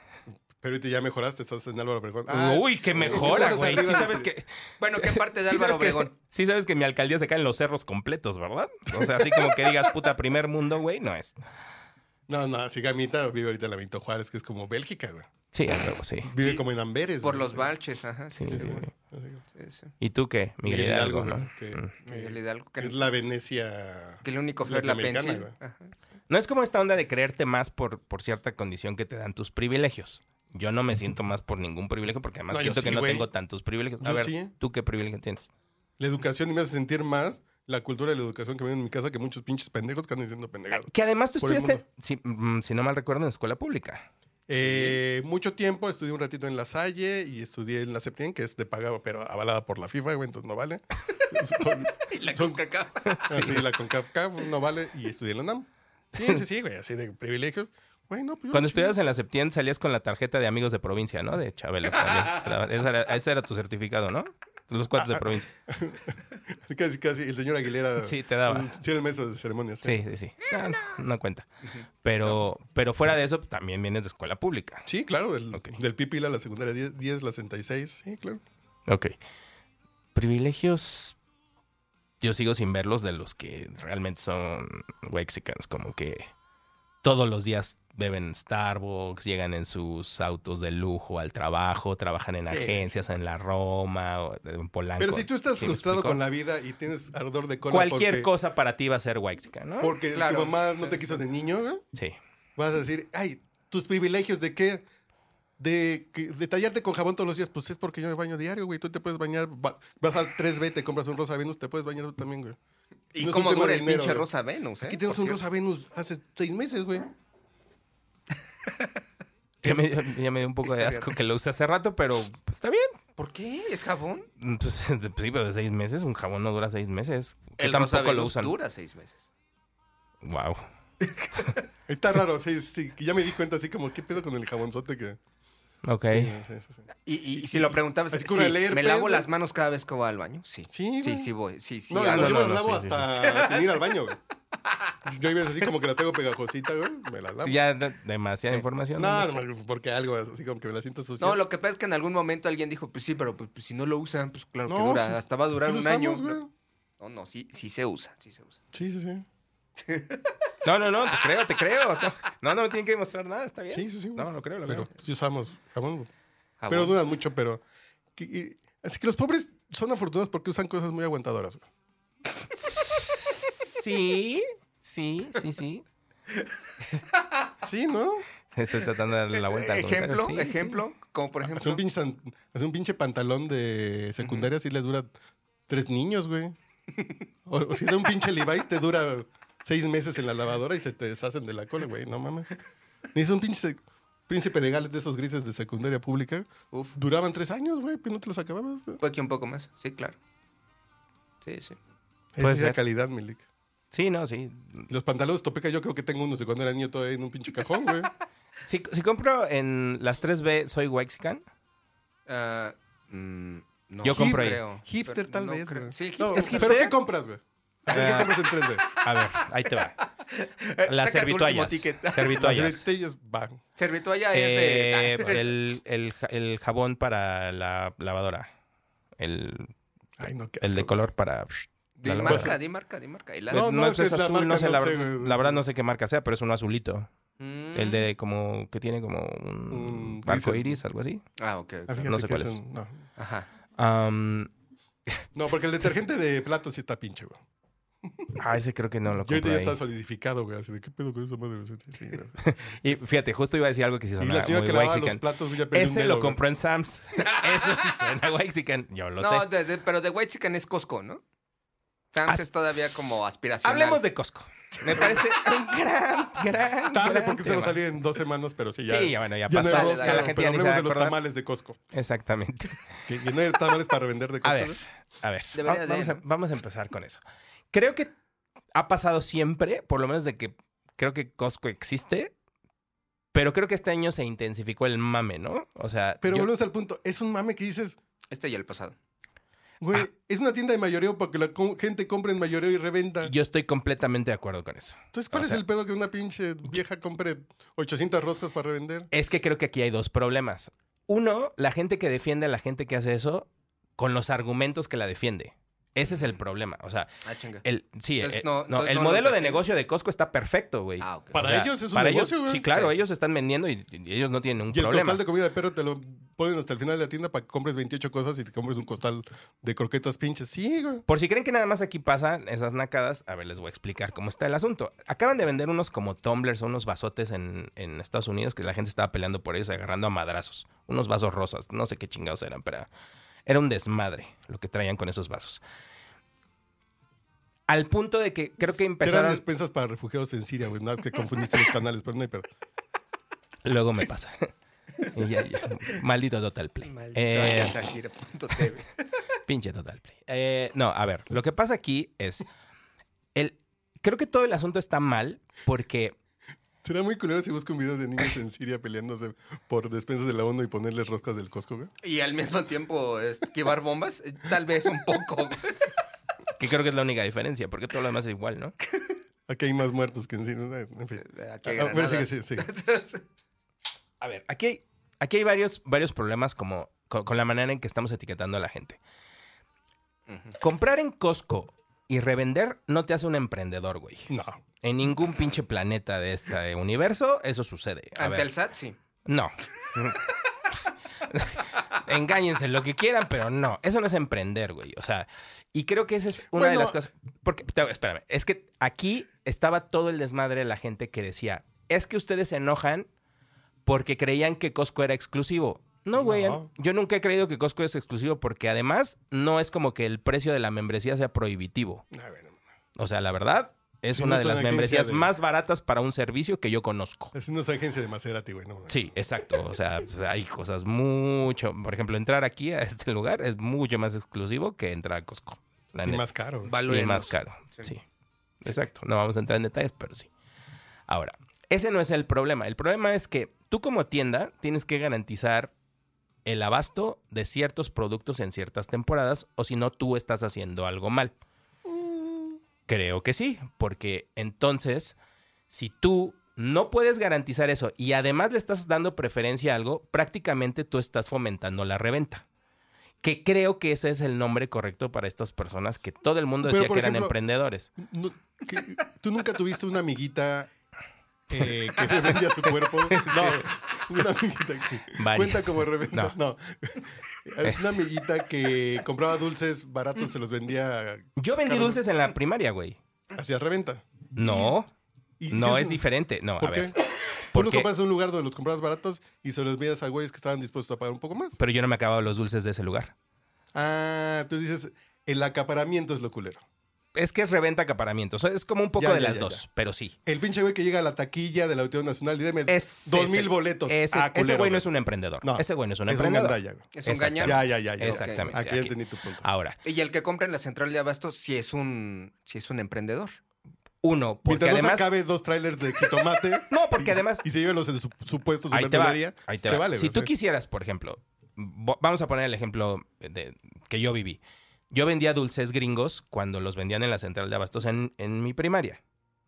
Speaker 4: Pero ahorita ya mejoraste, estás en Álvaro Obregón. Ah,
Speaker 5: Uy, qué
Speaker 4: es
Speaker 5: mejora,
Speaker 4: que
Speaker 5: güey.
Speaker 4: estás
Speaker 5: Sí
Speaker 4: arriba
Speaker 5: sabes
Speaker 4: de-
Speaker 5: que...
Speaker 6: Bueno, ¿qué parte de
Speaker 5: sí
Speaker 6: Álvaro
Speaker 5: sabes que-
Speaker 6: Obregón?
Speaker 5: sí sabes que mi alcaldía se cae en los cerros completos, ¿verdad? O sea, así como que digas, puta, primer mundo, güey, no es.
Speaker 4: No, no, sí, Gamita vive ahorita en la Benito Juárez, que es como Bélgica, güey.
Speaker 5: Sí, a huevo, sí.
Speaker 4: Vive como en Amberes.
Speaker 6: Por
Speaker 4: güey.
Speaker 6: los balches, ajá.
Speaker 5: Sí, sí,
Speaker 6: Sí, sí,
Speaker 5: sí.
Speaker 4: Así que-
Speaker 6: sí, sí.
Speaker 5: ¿Y tú qué? Miguel, Hidalgo, ¿no?
Speaker 4: güey, que-
Speaker 5: Mm.
Speaker 6: Miguel
Speaker 4: que-
Speaker 6: Hidalgo,
Speaker 4: que
Speaker 6: que,
Speaker 4: es la Venecia.
Speaker 6: que el único fue la
Speaker 4: Latinoamericana,
Speaker 6: pensión.
Speaker 4: güey.
Speaker 6: Ajá.
Speaker 5: No es como esta onda de creerte más por, por cierta condición que te dan tus privilegios. Yo no me siento más por ningún privilegio porque además
Speaker 4: No, yo
Speaker 5: siento que
Speaker 4: sí,
Speaker 5: no
Speaker 4: güey.
Speaker 5: tengo tantos privilegios. A
Speaker 4: Yo
Speaker 5: ver,
Speaker 4: sí.
Speaker 5: ¿tú qué privilegio tienes?
Speaker 4: La educación y me hace sentir más la cultura de la educación que viene en mi casa que muchos pinches pendejos que andan diciendo
Speaker 5: Ah,
Speaker 4: pendejadas.
Speaker 5: Que además tú
Speaker 4: Por el
Speaker 5: estudiaste, si, mm, si no mal recuerdo, en la escuela pública.
Speaker 4: Eh, Mucho tiempo estudié un ratito en La Salle y estudié en la Septien, que es de paga, pero avalada por la FIFA, güey, entonces no vale. Son-
Speaker 6: Y la
Speaker 4: Son-
Speaker 6: Concacaf.
Speaker 4: Así, la CONCACAF no vale y estudié en la UNAM. Sí, sí, sí, güey, así de privilegios. Güey, no, pues yo
Speaker 5: Cuando
Speaker 4: no chingo.
Speaker 5: estudiabas en la Septien salías con la tarjeta de amigos de provincia, ¿no? De Chabelo. también. Ese era, ese era tu certificado, ¿no? Los cuates
Speaker 4: Ah,
Speaker 5: de provincia.
Speaker 4: Casi, casi, el señor Aguilera.
Speaker 5: Sí, te daba.
Speaker 4: eh, Sí, Eh, era el maestro de ceremonias.
Speaker 5: Sí, sí, sí. Ah, No, no cuenta. Pero, pero fuera de eso, también vienes de escuela pública.
Speaker 4: Sí, claro, del,
Speaker 5: Ok.
Speaker 4: del Pipila, la secundaria 10, 10, la 66. Sí, claro.
Speaker 5: Ok. Privilegios. Yo sigo sin verlos de los que realmente son Wexicans, como que todos los días beben Starbucks, llegan en sus autos de lujo al trabajo, trabajan en
Speaker 4: Sí.
Speaker 5: agencias en la Roma o en Polanco.
Speaker 4: Pero si tú estás
Speaker 5: ¿Sí me
Speaker 4: frustrado
Speaker 5: explico?
Speaker 4: con la vida y tienes ardor de cola
Speaker 5: Cualquier
Speaker 4: porque,
Speaker 5: cosa para ti va a ser Wexican, ¿no?
Speaker 4: porque
Speaker 6: Claro.
Speaker 4: tu mamá no
Speaker 6: Sí,
Speaker 4: te
Speaker 6: sí.
Speaker 4: quiso de niño, güey,
Speaker 5: Sí.
Speaker 4: vas a decir, ay, tus privilegios de qué? De, que- de tallarte con jabón todos los días, pues es porque yo me baño diario, güey. Tú te puedes bañar, va- vas al 3B, te compras un Rosa Venus, te puedes bañar tú también, güey.
Speaker 6: ¿Y
Speaker 4: No es un
Speaker 6: cómo
Speaker 4: tema
Speaker 6: dura
Speaker 4: de
Speaker 6: el
Speaker 4: dinero,
Speaker 6: pinche
Speaker 4: güey.
Speaker 6: Rosa Venus? eh?
Speaker 4: Aquí tenemos
Speaker 6: Por
Speaker 4: un Rosa Venus hace seis meses, güey.
Speaker 5: Ya me, ya me dio un poco de
Speaker 6: Está
Speaker 5: asco
Speaker 6: bien.
Speaker 5: que lo usé hace rato, pero está bien.
Speaker 6: cierto. ¿Por qué? ¿Es jabón?
Speaker 5: Pues, sí, pero de seis meses, un jabón no dura seis meses. Que
Speaker 6: El Rosa
Speaker 5: tampoco lo
Speaker 6: Venus
Speaker 5: usan.
Speaker 6: dura seis meses.
Speaker 5: Wow.
Speaker 4: Está raro, sí, sí. que Ya me di cuenta así como, ¿qué pedo con el jabonzote que...?
Speaker 5: Ok.
Speaker 4: Sí, sí, sí.
Speaker 6: Y, y- y si lo preguntabas,
Speaker 4: Así cura
Speaker 6: sí,
Speaker 4: el herpes,
Speaker 6: ¿me lavo
Speaker 4: güey.
Speaker 6: las manos cada vez que voy al baño? Sí.
Speaker 4: Sí,
Speaker 6: Sí,
Speaker 4: güey.
Speaker 6: sí voy. Sí, sí.
Speaker 4: no,
Speaker 6: ah,
Speaker 4: no,
Speaker 5: no,
Speaker 4: yo
Speaker 5: no,
Speaker 4: me
Speaker 5: no,
Speaker 4: la lavo
Speaker 5: sí, sí,
Speaker 4: hasta sin ir al baño, güey. Yo hay veces así como que la tengo pegajosita, güey, me la lavo.
Speaker 5: Ya de- demasiada
Speaker 6: Sí.
Speaker 5: información.
Speaker 4: No,
Speaker 5: ¿no?
Speaker 4: no, porque algo así como que me la siento
Speaker 5: Pues
Speaker 4: sucia.
Speaker 6: No, lo que pasa es que en algún momento alguien dijo, pues sí, pero pues, pues, si no lo usan, pues claro que
Speaker 4: No,
Speaker 6: dura,
Speaker 4: sí.
Speaker 6: hasta va a durar
Speaker 4: Sí lo
Speaker 6: un
Speaker 4: usamos,
Speaker 6: año.
Speaker 4: güey.
Speaker 6: No, no, sí, sí se usa, sí se usa.
Speaker 4: Sí, sí, sí.
Speaker 5: No, no, no, te creo, te creo. No, no me tienen que demostrar nada, está bien.
Speaker 4: Sí, sí, sí. güey.
Speaker 5: No, lo creo, lo
Speaker 4: pero
Speaker 5: creo.
Speaker 4: sí usamos jabón. güey.
Speaker 6: Jabón.
Speaker 4: Pero duran mucho, pero... que- y- así que los pobres son afortunados porque usan cosas muy aguantadoras, güey.
Speaker 5: Sí, sí, sí, sí.
Speaker 4: Sí, ¿no?
Speaker 5: Estoy tratando de darle la vuelta al
Speaker 6: ejemplo,
Speaker 5: comentario. Sí, Ah, pues,
Speaker 6: ejemplo, como por
Speaker 4: Hace
Speaker 6: ejemplo.
Speaker 4: un pinche, san- hace un pinche pantalón de secundaria sí les dura tres niños, güey. O, o si de un pinche Levi's te dura seis meses en la lavadora y se te deshacen de la cola, güey. No mames. Ni es un pinche... se- Príncipe de Gales de esos grises de secundaria pública.
Speaker 6: Uf,
Speaker 4: Duraban tres años, güey, pero no te los acababas. güey.
Speaker 6: fue aquí un poco más. Sí, claro. Sí, sí.
Speaker 4: Esa
Speaker 5: Puede
Speaker 4: es la
Speaker 5: ser.
Speaker 4: calidad, Milik.
Speaker 5: Sí, no, sí.
Speaker 4: Los pantalones Topeca, yo creo que tengo unos de cuando era niño todavía en un pinche cajón, güey.
Speaker 5: Si, si compro en las 3B, soy Wexican.
Speaker 6: Ah, mm, no
Speaker 5: Yo compro ahí.
Speaker 6: creo.
Speaker 4: Hipster
Speaker 6: Pero
Speaker 4: tal
Speaker 6: no
Speaker 4: vez,
Speaker 6: creo.
Speaker 4: güey.
Speaker 6: Sí, hipster.
Speaker 4: No,
Speaker 5: ¿Es
Speaker 4: ¿Pero
Speaker 5: hipster? Ah.
Speaker 4: qué compras, güey? A ver, ¿Qué compras en 3D?
Speaker 5: A ver, ahí te va.
Speaker 6: Eh,
Speaker 5: Las
Speaker 6: saca tu último
Speaker 5: servituallas.
Speaker 6: ticket.
Speaker 4: Las
Speaker 5: Servituallas.
Speaker 4: retellas van.
Speaker 6: Servitoalla
Speaker 5: Eh,
Speaker 6: es de...
Speaker 5: el, el ja- el jabón para la lavadora. El,
Speaker 4: Ay, no, qué
Speaker 5: el de
Speaker 4: asco.
Speaker 5: color para.
Speaker 6: Di
Speaker 5: la lavadora.
Speaker 6: marca, di marca, di marca. Y las-
Speaker 5: No,
Speaker 4: No, no,
Speaker 5: es,
Speaker 4: es la marca,
Speaker 5: azul, no sé,
Speaker 4: no
Speaker 5: la,
Speaker 4: sé, güey,
Speaker 5: la verdad
Speaker 4: sí.
Speaker 5: no sé qué marca sea, pero es uno azulito.
Speaker 6: Mm.
Speaker 5: El de como que tiene como un
Speaker 4: Un
Speaker 5: arco
Speaker 4: gris.
Speaker 5: iris, algo así.
Speaker 6: Ah, ok. ok.
Speaker 4: Ah, fíjate
Speaker 5: No sé
Speaker 4: que
Speaker 5: cuál
Speaker 4: ese
Speaker 5: es.
Speaker 4: No.
Speaker 6: Ajá.
Speaker 5: Am,
Speaker 4: No, porque el detergente de platos sí está pinche, güey.
Speaker 5: ah, ese creo que no lo
Speaker 4: Yo ahorita
Speaker 5: compré.
Speaker 4: ya
Speaker 5: ahí.
Speaker 4: está solidificado, güey. Así de qué pedo con esa madre. Sí, sí, güey.
Speaker 5: Y fíjate, justo iba a decir algo que sí
Speaker 4: y
Speaker 5: sonaba
Speaker 4: la señora
Speaker 5: muy
Speaker 4: que lavaba los
Speaker 5: Waxican.
Speaker 4: platos, güey, ya perdió un
Speaker 5: Ese
Speaker 4: dedo,
Speaker 5: lo
Speaker 4: güey.
Speaker 5: compró en Sam's. Eso sí suena Wexican. Yo lo
Speaker 6: No,
Speaker 5: sé.
Speaker 6: de- de- pero de White Chicken es Costco, ¿no? Sam's
Speaker 5: As-
Speaker 6: es todavía como aspiracional.
Speaker 5: Hablemos de Costco. Me parece un gran, gran,
Speaker 4: Tarde
Speaker 5: gran
Speaker 4: porque se nos
Speaker 5: tema.
Speaker 4: salió en dos semanas, pero sí, ya.
Speaker 5: Sí, ya, bueno, ya
Speaker 4: Ya no
Speaker 5: pasó.
Speaker 4: hay
Speaker 6: Dale,
Speaker 4: rosca,
Speaker 6: dale,
Speaker 5: la gente
Speaker 4: pero
Speaker 5: ya ni se va
Speaker 4: hablemos
Speaker 5: a
Speaker 4: de los
Speaker 5: acordar.
Speaker 4: tamales de Costco.
Speaker 5: Exactamente.
Speaker 4: Que que no hay tamales para vender de
Speaker 5: A
Speaker 4: Costco.
Speaker 5: ver,
Speaker 4: ¿no?
Speaker 5: a ver.
Speaker 6: Debería
Speaker 5: Va-
Speaker 6: de,
Speaker 5: vamos, a,
Speaker 6: ¿no?
Speaker 5: vamos a empezar con eso. Creo que ha pasado siempre, por lo menos de que creo que Costco existe, pero creo que este año se intensificó el mame, ¿no? O sea,
Speaker 4: Pero
Speaker 5: yo-
Speaker 4: volvemos al punto. Es un mame que dices,
Speaker 6: Este y el pasado.
Speaker 4: güey,
Speaker 5: Ah.
Speaker 4: es una tienda de mayoreo para que la co- gente compre en mayoreo y revenda.
Speaker 5: yo estoy completamente de acuerdo con eso.
Speaker 4: Entonces, ¿cuál
Speaker 5: o sea-
Speaker 4: es el pedo que una pinche vieja compre 800 roscas para revender?
Speaker 5: Es que creo que aquí hay dos problemas. Uno, la gente que defiende a la gente que hace eso con los argumentos que la defiende. Ese es el problema. O sea,
Speaker 6: Ah, chinga.
Speaker 5: el, sí,
Speaker 6: Entonces,
Speaker 5: el,
Speaker 6: no-
Speaker 5: no,
Speaker 6: entonces
Speaker 5: el
Speaker 6: no los
Speaker 5: modelo de
Speaker 6: defiende.
Speaker 5: negocio de Costco está perfecto, güey.
Speaker 6: Ah, ok.
Speaker 4: Para
Speaker 5: O sea,
Speaker 4: ellos es un
Speaker 5: para ellos-
Speaker 4: negocio, güey.
Speaker 5: Sí, claro,
Speaker 6: Sí.
Speaker 5: ellos están vendiendo y, y ellos no tienen un
Speaker 4: Y el
Speaker 5: problema.
Speaker 4: costal de comida de perro te lo ponen hasta el final de la tienda para que compres 28 cosas y te compres un costal de croquetas pinches. Sí, güey.
Speaker 5: Por si creen que nada más aquí pasan esas nacadas, a ver, les voy a explicar cómo está el asunto. Acaban de vender unos como tumblers o unos vasotes en, en Estados Unidos que la gente estaba peleando por ellos, agarrando a madrazos. Unos vasos rosas, no sé qué chingados eran, pero era un desmadre lo que traían con esos vasos. Al punto de que creo que
Speaker 4: Serán
Speaker 5: empezaron...
Speaker 4: despensas para refugiados en Siria, güey. Nada más que confundiste los canales, pero no hay pedo.
Speaker 5: Luego me pasa. Y ya, ya. Maldito Total Play.
Speaker 6: Maldito
Speaker 5: Eh,
Speaker 6: Yasahira.tv.
Speaker 5: Pinche Total Play. Eh, no, a ver, lo que pasa aquí es. El, creo que todo el asunto está mal porque.
Speaker 4: Será muy culero si busco un video de niños en Siria peleándose por despensas de la ONU y ponerles roscas del Costco, güey.
Speaker 6: Y al mismo tiempo esquivar bombas, eh, tal vez un poco. güey.
Speaker 5: Que creo que es la única diferencia, porque todo lo demás es igual, ¿no?
Speaker 4: Aquí hay más muertos que en Siria. En fin.
Speaker 6: Aquí hay
Speaker 4: Ah, bueno,
Speaker 6: granadas.
Speaker 4: sigue, sigue,
Speaker 5: A ver, aquí hay, aquí hay varios, varios problemas como, con, con la manera en que estamos etiquetando a la gente.
Speaker 6: Ujú.
Speaker 5: Comprar en Costco y revender no te hace un emprendedor, güey.
Speaker 4: No.
Speaker 5: En ningún pinche planeta de este universo eso sucede. A
Speaker 6: Ante
Speaker 5: ver.
Speaker 6: el SAT, sí.
Speaker 5: No. Engáñense lo que quieran, pero no. Eso no es emprender, güey. O sea, y creo que esa es una de
Speaker 4: Bueno.
Speaker 5: las cosas. Porque, te- espérame, es que aquí estaba todo el desmadre de la gente que decía: es que ustedes se enojan porque creían que Costco era exclusivo. No, güey.
Speaker 4: No.
Speaker 5: Yo nunca he creído que Costco es exclusivo porque además no es como que el precio de la membresía sea prohibitivo.
Speaker 4: Ah, bueno.
Speaker 5: O sea, la verdad. Es
Speaker 4: Sí,
Speaker 5: una
Speaker 4: no
Speaker 5: de
Speaker 4: es
Speaker 5: las
Speaker 4: una agencia
Speaker 5: membresías
Speaker 4: de-
Speaker 5: más baratas para un servicio que yo conozco.
Speaker 4: Es una agencia de Maserati, güey. No,
Speaker 5: Sí, exacto. O sea, pues, hay cosas mucho. Por ejemplo, entrar aquí a este lugar es mucho más exclusivo que entrar a Costco. la
Speaker 4: Y
Speaker 5: neta.
Speaker 4: más caro. güey.
Speaker 5: Y más caro. Sí. Exacto. No vamos a entrar en detalles, pero sí. Ahora, ese no es el problema. El problema es que tú, como tienda, tienes que garantizar el abasto de ciertos productos en ciertas temporadas, o si no, tú estás haciendo algo mal. Creo que sí, porque entonces, si tú no puedes garantizar eso y además le estás dando preferencia a algo, prácticamente tú estás fomentando la reventa. Que creo que ese es el nombre correcto para estas personas que todo el mundo
Speaker 4: Pero,
Speaker 5: decía
Speaker 4: por
Speaker 5: que eran
Speaker 4: ejemplo,
Speaker 5: emprendedores.
Speaker 4: No, ¿qué? ¿Tú nunca tuviste una amiguita eh, que revendía su cuerpo? No, una amiguita que
Speaker 5: Varias.
Speaker 4: cuenta como reventa. No. es
Speaker 5: Este.
Speaker 4: una amiguita que compraba dulces baratos, se los vendía
Speaker 5: Yo vendí
Speaker 4: Carlos-
Speaker 5: dulces en la primaria, güey.
Speaker 4: hacia reventa.
Speaker 5: No,
Speaker 4: Y
Speaker 5: no
Speaker 4: sí
Speaker 5: es diferente. No, a
Speaker 4: ¿Por
Speaker 5: ver.
Speaker 4: qué? Tú los
Speaker 5: Porque,
Speaker 4: comprabas en un lugar donde los comprabas baratos y se los vendías a güeyes que estaban dispuestos a pagar un poco más.
Speaker 5: pero yo no me acababa los dulces de ese lugar.
Speaker 4: Ah, tú dices, el acaparamiento es lo culero.
Speaker 5: es que es reventa acaparamiento. O sea, es como un poco
Speaker 4: Ya,
Speaker 5: de
Speaker 4: ya,
Speaker 5: las
Speaker 4: ya,
Speaker 5: dos,
Speaker 4: ya.
Speaker 5: pero sí.
Speaker 4: El pinche güey que llega a la taquilla del Auditorio Nacional y deme
Speaker 5: Es,
Speaker 4: dos mil boletos.
Speaker 5: Ese,
Speaker 4: Ah,
Speaker 5: ese
Speaker 4: culero,
Speaker 5: güey no es un emprendedor.
Speaker 4: No,
Speaker 5: ese güey no es un
Speaker 4: es un
Speaker 5: emprendedor.
Speaker 4: gandalla, güey.
Speaker 6: Es un
Speaker 5: Exactamente.
Speaker 6: gañán.
Speaker 4: Ya, ya, ya. ya.
Speaker 5: Exactamente.
Speaker 4: Aquí ya
Speaker 5: aquí. Ah,
Speaker 4: entendí tu punto.
Speaker 5: Ahora,
Speaker 6: Y el que compra en la central de abasto si es un, si es un emprendedor.
Speaker 5: uno, porque
Speaker 4: Mientras no se
Speaker 5: además.
Speaker 4: acabe dos trailers de jitomate.
Speaker 5: No, porque
Speaker 4: y-
Speaker 5: además-
Speaker 4: Y se lleven los en su supuestos
Speaker 5: Ahí te va,
Speaker 4: verdulería,
Speaker 5: ahí te
Speaker 4: se
Speaker 5: va.
Speaker 4: vale,
Speaker 5: si
Speaker 4: güey,
Speaker 5: tú
Speaker 4: sí.
Speaker 5: quisieras, por ejemplo, vo- vamos a poner el ejemplo de- que yo viví. Yo vendía dulces gringos cuando los vendían en la central de abastos en, en mi primaria.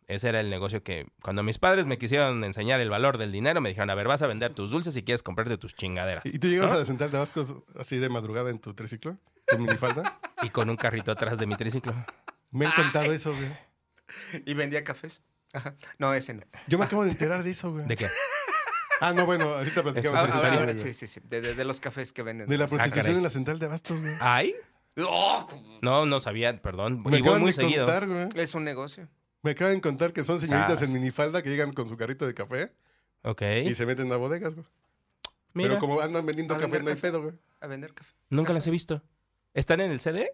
Speaker 5: Ese era el negocio que cuando mis padres me quisieron enseñar el valor del dinero, me dijeron, a ver, vas a vender tus dulces y quieres comprarte tus chingaderas.
Speaker 4: ¿Y tú llegas
Speaker 5: ¿No?
Speaker 4: a la central de Vasco así de madrugada en tu triciclo? ¿Tu minifalda?
Speaker 5: Y con un carrito atrás de mi triciclo.
Speaker 4: Me han contado eso, güey.
Speaker 6: Y vendía cafés. Ajá. No, ese no.
Speaker 4: Yo me acabo de enterar de eso, güey.
Speaker 5: ¿De qué?
Speaker 4: Ah, no, bueno, ahorita platicamos.
Speaker 5: Eso, Ah,
Speaker 4: de
Speaker 6: Ahora,
Speaker 4: esa
Speaker 6: ahora,
Speaker 4: historia,
Speaker 6: ahora,
Speaker 4: güey.
Speaker 6: sí, sí, sí. De, de- de los cafés que venden. Ah,
Speaker 4: De la prostitución
Speaker 5: caray.
Speaker 4: en la central de Abastos, güey.
Speaker 5: ¿Ay?
Speaker 6: ¡Oh!
Speaker 5: No, no sabía, perdón.
Speaker 4: Me
Speaker 5: y voy
Speaker 4: acaban
Speaker 5: muy
Speaker 4: de
Speaker 5: seguido.
Speaker 4: contar, güey.
Speaker 6: Es un negocio.
Speaker 4: Me acaban de contar que son señoritas
Speaker 5: Sas.
Speaker 4: en minifalda que llegan con su carrito de café
Speaker 5: Ok.
Speaker 4: y se meten a bodegas, güey.
Speaker 5: Mira, Ah,
Speaker 4: Pero como andan vendiendo
Speaker 6: A
Speaker 4: café,
Speaker 6: vender
Speaker 4: no hay
Speaker 6: café.
Speaker 4: pedo, güey.
Speaker 6: A vender café.
Speaker 5: nunca las he visto. ¿Están en el CD?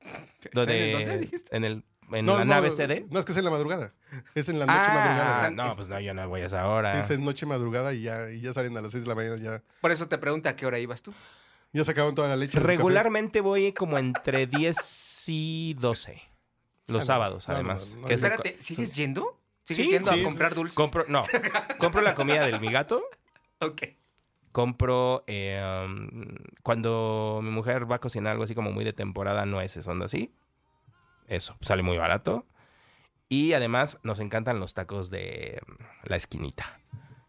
Speaker 6: ¿Están en
Speaker 5: Donde-
Speaker 6: dónde dijiste?
Speaker 5: En, el, en la nave CD.
Speaker 4: No, es que es en la madrugada. Es en la noche
Speaker 5: Ah,
Speaker 4: madrugada.
Speaker 6: Están-
Speaker 5: no, pues ah. no, yo no voy a esa hora.
Speaker 4: Es en noche madrugada y ya, y ya salen a las 6 de la mañana. Ya,
Speaker 6: Por eso te pregunto a qué hora ibas tú.
Speaker 4: ya sacaron toda la leche. del
Speaker 5: Regularmente voy como entre 10 y 12. Los
Speaker 4: Ah, no,
Speaker 5: sábados,
Speaker 4: no, no,
Speaker 5: además.
Speaker 4: no,
Speaker 5: que es el-
Speaker 6: Espérate, ¿sigues yendo? ¿Sigues
Speaker 5: Sí,
Speaker 6: yendo
Speaker 4: sí,
Speaker 6: a comprar
Speaker 4: sí.
Speaker 6: dulces?
Speaker 5: compro, no, compro la comida del mi gato.
Speaker 6: Ok.
Speaker 5: Compro eh, um, cuando mi mujer va a cocinar algo así como muy de temporada, nueces, onda así. Eso, sale muy barato. Y además nos encantan los tacos de mm, la esquinita,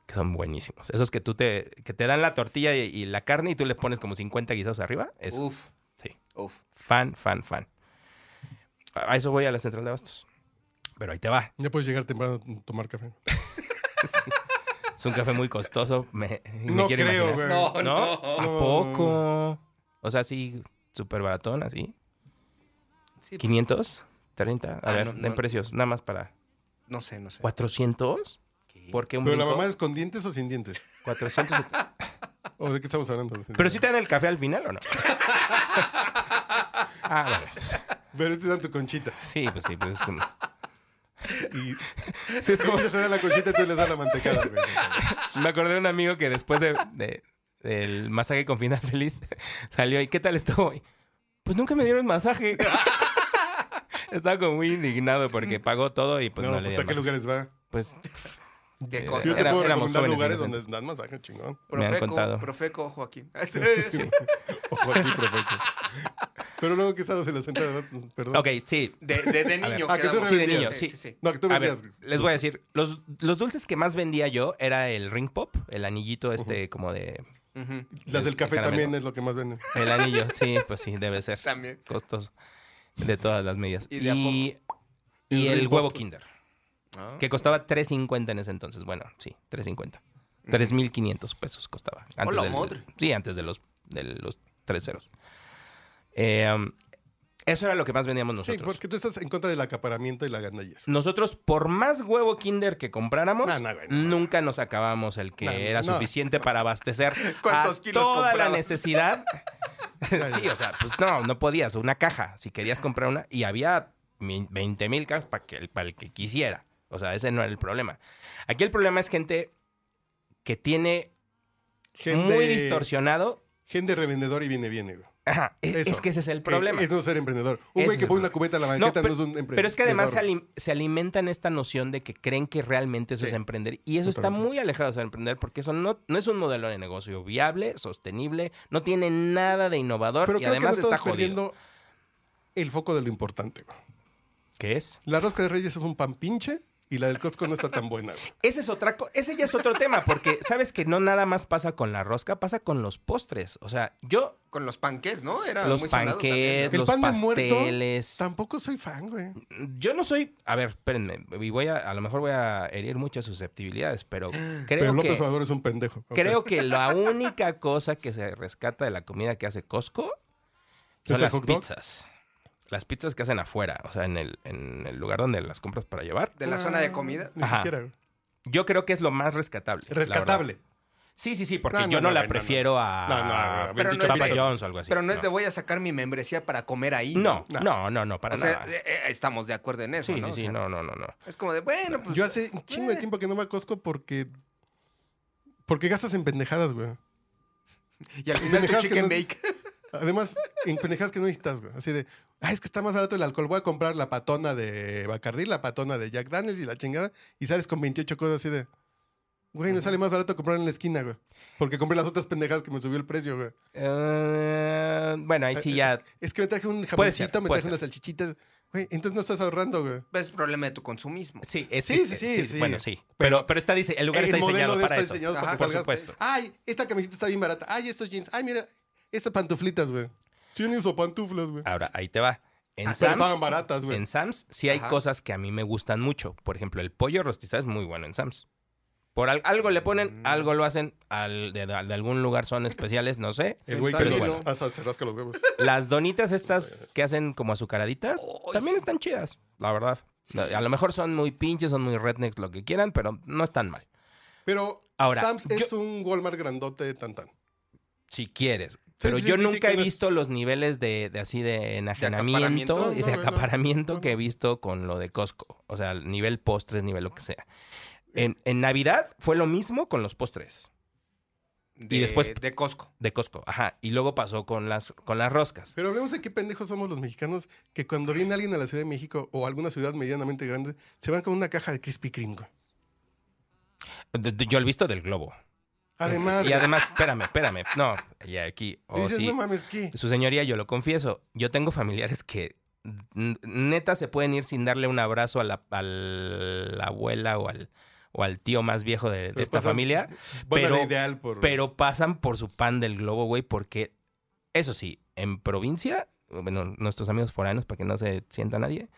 Speaker 5: que son buenísimos. Esos que tú te, que te dan la tortilla y, y la carne y tú le pones como 50 guisados arriba. Eso.
Speaker 6: Uf.
Speaker 5: Sí.
Speaker 6: Uf.
Speaker 5: Fan, fan, fan. A a eso voy a la central de abastos. Pero ahí te va.
Speaker 4: café. Ya puedes llegar temprano a tomar café.
Speaker 5: Es un café muy costoso. me- ni
Speaker 4: No
Speaker 5: quiero
Speaker 4: creo,
Speaker 5: imaginar.
Speaker 4: güey.
Speaker 6: No,
Speaker 5: ¿No?
Speaker 6: no.
Speaker 5: ¿A poco? O sea, sí, súper baratón, así.
Speaker 6: Sí, pues,
Speaker 5: ¿500? ¿30? A
Speaker 6: Ah,
Speaker 5: ver,
Speaker 6: no,
Speaker 5: den
Speaker 6: no.
Speaker 5: precios. Nada más para...
Speaker 6: no sé, no sé.
Speaker 5: ¿400?
Speaker 6: ¿Qué?
Speaker 5: Porque un
Speaker 4: Pero la
Speaker 5: brinco?
Speaker 4: mamá es con dientes o sin dientes.
Speaker 5: 470.
Speaker 4: ¿O de qué estamos hablando?
Speaker 5: Pero si te dan el café al final, ¿o no? ah, bueno.
Speaker 4: Pero este dan tu conchita.
Speaker 5: Sí, pues sí, pues es como...
Speaker 4: Y
Speaker 5: Sí, es como-
Speaker 4: ellos se dan la conchita y tú les das la mantecada, güey.
Speaker 5: Me acordé de un amigo que después de, de- del masaje con final feliz salió y ¿qué tal estuvo? Y, Pues nunca me dieron masaje. Estaba como muy indignado porque pagó todo y pues
Speaker 4: no,
Speaker 5: no, le
Speaker 4: pues a
Speaker 5: dieron.
Speaker 4: qué
Speaker 5: masaje.
Speaker 4: lugares va.
Speaker 5: Pues
Speaker 6: ¿Qué
Speaker 4: Yo
Speaker 6: cosa?
Speaker 4: te
Speaker 5: Era-
Speaker 4: puedo
Speaker 5: éramos
Speaker 4: recomendar
Speaker 5: jóvenes
Speaker 4: lugares
Speaker 5: inocentes.
Speaker 4: donde dan masaje, chingón.
Speaker 5: me han contado.
Speaker 6: Profeco, profeco, ojo aquí.
Speaker 4: Ojo aquí, perfecto. Pero luego que estabas en la central de Abastos, perdón.
Speaker 5: ok, sí.
Speaker 6: De, de, de
Speaker 5: A ver.
Speaker 6: niño.
Speaker 4: Ah, que tú
Speaker 6: quedamos.
Speaker 4: eres
Speaker 5: Sí, de niño, sí.
Speaker 6: sí, sí.
Speaker 4: No, que tú
Speaker 5: A ver,
Speaker 4: vendías.
Speaker 5: les voy a decir, los, los dulces que más vendía yo era el ring pop, el anillito este como de...
Speaker 6: Ujú.
Speaker 4: Las del
Speaker 5: el
Speaker 4: café
Speaker 5: caramelo.
Speaker 4: también es lo que más venden.
Speaker 5: El anillo, sí, pues sí, debe ser.
Speaker 6: También.
Speaker 5: Costoso. De todas las medidas.
Speaker 6: Y de a
Speaker 5: y,
Speaker 4: Y
Speaker 5: y
Speaker 4: el
Speaker 5: el
Speaker 4: Ring
Speaker 5: huevo
Speaker 4: Pop.
Speaker 5: kinder.
Speaker 6: Ah.
Speaker 5: Que costaba 3.50 en ese entonces. Bueno, sí, 3.50. 3.500 pesos costaba. Antes
Speaker 6: Hola,
Speaker 5: del-
Speaker 6: madre.
Speaker 5: Sí, antes de los, de los tres ceros. Eh, um, eso era lo que más vendíamos
Speaker 4: Sí,
Speaker 5: nosotros.
Speaker 4: porque tú estás en contra del acaparamiento y la gandallez.
Speaker 5: Nosotros, por más huevo kinder que compráramos,
Speaker 4: Ah, No, no, güey, no.
Speaker 5: nunca nos acabamos el que
Speaker 4: No, no,
Speaker 5: era
Speaker 4: no.
Speaker 5: suficiente para abastecer
Speaker 6: ¿Cuántos
Speaker 5: a
Speaker 6: kilos
Speaker 5: toda la
Speaker 6: comprabas?
Speaker 5: necesidad. sí, o sea, pues no, no podías. Una caja, si querías comprar una, y había 20 mil cajas para que, para el que quisiera. O sea, ese no era el problema. Aquí el problema es gente que tiene muy distorsionado.
Speaker 4: Gente revendedor y viene, viene, güey.
Speaker 5: Ajá, e, es,
Speaker 4: Eso. E,
Speaker 5: es que ese es el problema.
Speaker 4: Es no ser emprendedor. Un
Speaker 5: Ese
Speaker 4: güey
Speaker 5: es
Speaker 4: que
Speaker 5: el
Speaker 4: pone una
Speaker 5: problema.
Speaker 4: cubeta en la
Speaker 5: No,
Speaker 4: banqueta no,
Speaker 5: pero,
Speaker 4: es un emprendedor.
Speaker 5: pero es que además se, alim- se alimentan esta noción de que creen que realmente eso
Speaker 4: Sí,
Speaker 5: es emprender. Y eso está
Speaker 4: totalmente.
Speaker 5: muy alejado de ser emprender porque eso no, no es un modelo de negocio viable, sostenible, no tiene nada de innovador
Speaker 4: Pero
Speaker 5: y
Speaker 4: creo que no
Speaker 5: además está
Speaker 4: estamos
Speaker 5: jodido.
Speaker 4: perdiendo el foco de lo importante, güey.
Speaker 5: ¿Qué es?
Speaker 4: La rosca de reyes es un pan pinche y la del Costco no está tan buena, güey.
Speaker 5: Ese es otra co- ese ya es otro tema porque sabes que no nada más pasa con la rosca, pasa con los postres. O sea, yo
Speaker 6: Con los panqués, ¿no? Era
Speaker 5: los
Speaker 6: Ah, muy sonado también,
Speaker 5: panqués,
Speaker 4: El
Speaker 5: los
Speaker 4: pan de muerto
Speaker 5: pasteles.
Speaker 4: Tampoco soy fan, güey.
Speaker 5: Yo no soy, a ver, espérenme, y voy a a lo mejor voy a herir muchas susceptibilidades, pero creo
Speaker 4: pero
Speaker 5: que
Speaker 4: López Obrador es un pendejo. Ok.
Speaker 5: Creo que la única cosa que se rescata de la comida que hace Costco
Speaker 4: ¿Es el
Speaker 5: son las
Speaker 4: hot dog?
Speaker 5: pizzas. Las pizzas que hacen afuera, o sea, en el, en el lugar donde las compras para llevar. Ah,
Speaker 6: ¿no? De la zona de comida.
Speaker 4: Ah, Ni
Speaker 5: Ajá.
Speaker 4: siquiera, güey.
Speaker 5: Yo creo que es lo más rescatable. la verdad.
Speaker 4: Rescatable.
Speaker 5: Sí, sí, sí, porque
Speaker 4: No, no,
Speaker 5: yo no,
Speaker 4: no,
Speaker 5: la
Speaker 4: güey, no, no.
Speaker 5: prefiero a
Speaker 4: No, no, güey, habían
Speaker 5: pero
Speaker 6: dicho
Speaker 5: no es
Speaker 6: Papa
Speaker 5: de- John's o algo así.
Speaker 6: Pero no, es de voy a sacar mi membresía para comer ahí.
Speaker 5: No, no, no, no, para
Speaker 6: O sea,
Speaker 5: nada.
Speaker 6: eh, eh, estamos de acuerdo en eso,
Speaker 5: sí,
Speaker 6: ¿no?
Speaker 5: sí,
Speaker 6: O
Speaker 5: sí,
Speaker 6: sea,
Speaker 5: no, no, no, no.
Speaker 6: Es como de, bueno, pues...
Speaker 4: Yo hace un chingo de
Speaker 6: eh.
Speaker 4: tiempo que no voy a Costco porque. Porque gastas en pendejadas, güey.
Speaker 6: Y al final tu
Speaker 4: Pendejadas que
Speaker 6: chicken
Speaker 4: no-
Speaker 6: bake.
Speaker 4: Además, en pendejadas que no necesitas, güey. Así de, ay, es que está más barato el alcohol. Voy a comprar la patona de Bacardí, la patona de Jack Daniels y la chingada. Y sales con 28 cosas así de, güey, me sale más barato comprar en la esquina, güey. Porque compré las otras pendejadas que me subió el precio, güey.
Speaker 5: Eh, bueno, ahí sí ya.
Speaker 4: Es que me traje un
Speaker 5: Puede ser,
Speaker 4: jamoncito, me
Speaker 5: puede
Speaker 4: traje unas salchichitas. Güey, entonces no estás ahorrando, güey.
Speaker 6: Es problema de tu consumismo.
Speaker 5: Sí, es,
Speaker 4: Sí,
Speaker 5: es-
Speaker 4: sí, sí, sí.
Speaker 5: Bueno, sí. Pero, pero está dice, el lugar está diseñado para
Speaker 4: está
Speaker 5: eso.
Speaker 4: diseñado para
Speaker 6: Ajá,
Speaker 4: que
Speaker 5: por
Speaker 4: salgas.
Speaker 5: supuesto.
Speaker 4: Ay, esta camiseta está bien barata. Ay, estos jeans. Ay, mira, estas pantuflitas, güey. Sí, ni uso pantuflas, güey.
Speaker 5: Ahora, ahí te va. En
Speaker 4: Pero estaban
Speaker 5: Sam's,
Speaker 4: baratas, güey.
Speaker 5: en Sam's sí hay
Speaker 6: Ajá.
Speaker 5: cosas que a mí me gustan mucho. Por ejemplo, el pollo rostizado es muy bueno en Sam's. Por al- algo le ponen,
Speaker 4: Mm.
Speaker 5: algo lo hacen, al- de, de algún lugar son especiales, no sé.
Speaker 4: El güey que
Speaker 6: Pero
Speaker 4: los
Speaker 6: bueno.
Speaker 4: asa se rasca los huevos.
Speaker 5: Las donitas estas que hacen como azucaraditas también están chidas, la verdad. A lo mejor son muy pinches, son muy rednecks, lo que quieran, pero no están mal.
Speaker 4: Pero
Speaker 5: Ahora,
Speaker 4: Sam's
Speaker 5: yo-
Speaker 4: es un Walmart grandote de tan tan.
Speaker 5: si quieres. Pero
Speaker 4: sí,
Speaker 5: yo
Speaker 4: sí, sí,
Speaker 5: nunca he
Speaker 4: tienes-
Speaker 5: visto los niveles de, de así de
Speaker 6: acaparamiento?
Speaker 5: enajenamiento y
Speaker 4: No,
Speaker 5: de
Speaker 4: no, no.
Speaker 5: acaparamiento
Speaker 4: No,
Speaker 5: que
Speaker 4: no.
Speaker 5: he visto con lo de Costco. O sea, el nivel postres, nivel lo que sea. En, en Navidad fue lo mismo con los postres
Speaker 6: De,
Speaker 5: después-
Speaker 6: De Costco.
Speaker 5: de Costco. Ajá. Y luego pasó con las, con las roscas.
Speaker 4: Pero hablemos de qué pendejos somos los mexicanos que cuando viene alguien a la Ciudad de México o alguna ciudad medianamente grande, se van con una caja de Krispy Kreme. güey.
Speaker 5: De- de- yo el visto del globo.
Speaker 4: Además,
Speaker 5: Y además, espérame, espérame. No, y
Speaker 4: y
Speaker 5: aquí. Oh,
Speaker 4: dices,
Speaker 5: sí.
Speaker 4: no mames, ¿qué?
Speaker 5: Su señoría, yo lo confieso. Yo tengo familiares que n- neta se pueden ir sin darle un abrazo a la, a la abuela o al, o al tío más viejo de, de
Speaker 4: Pero
Speaker 5: esta
Speaker 4: pasan-
Speaker 5: familia,
Speaker 4: Bueno,
Speaker 5: Pues, pero-
Speaker 4: la ideal por...
Speaker 5: pero pasan por su pan del globo, güey, porque eso sí, en provincia, bueno, nuestros amigos foráneos, para que no se sienta nadie,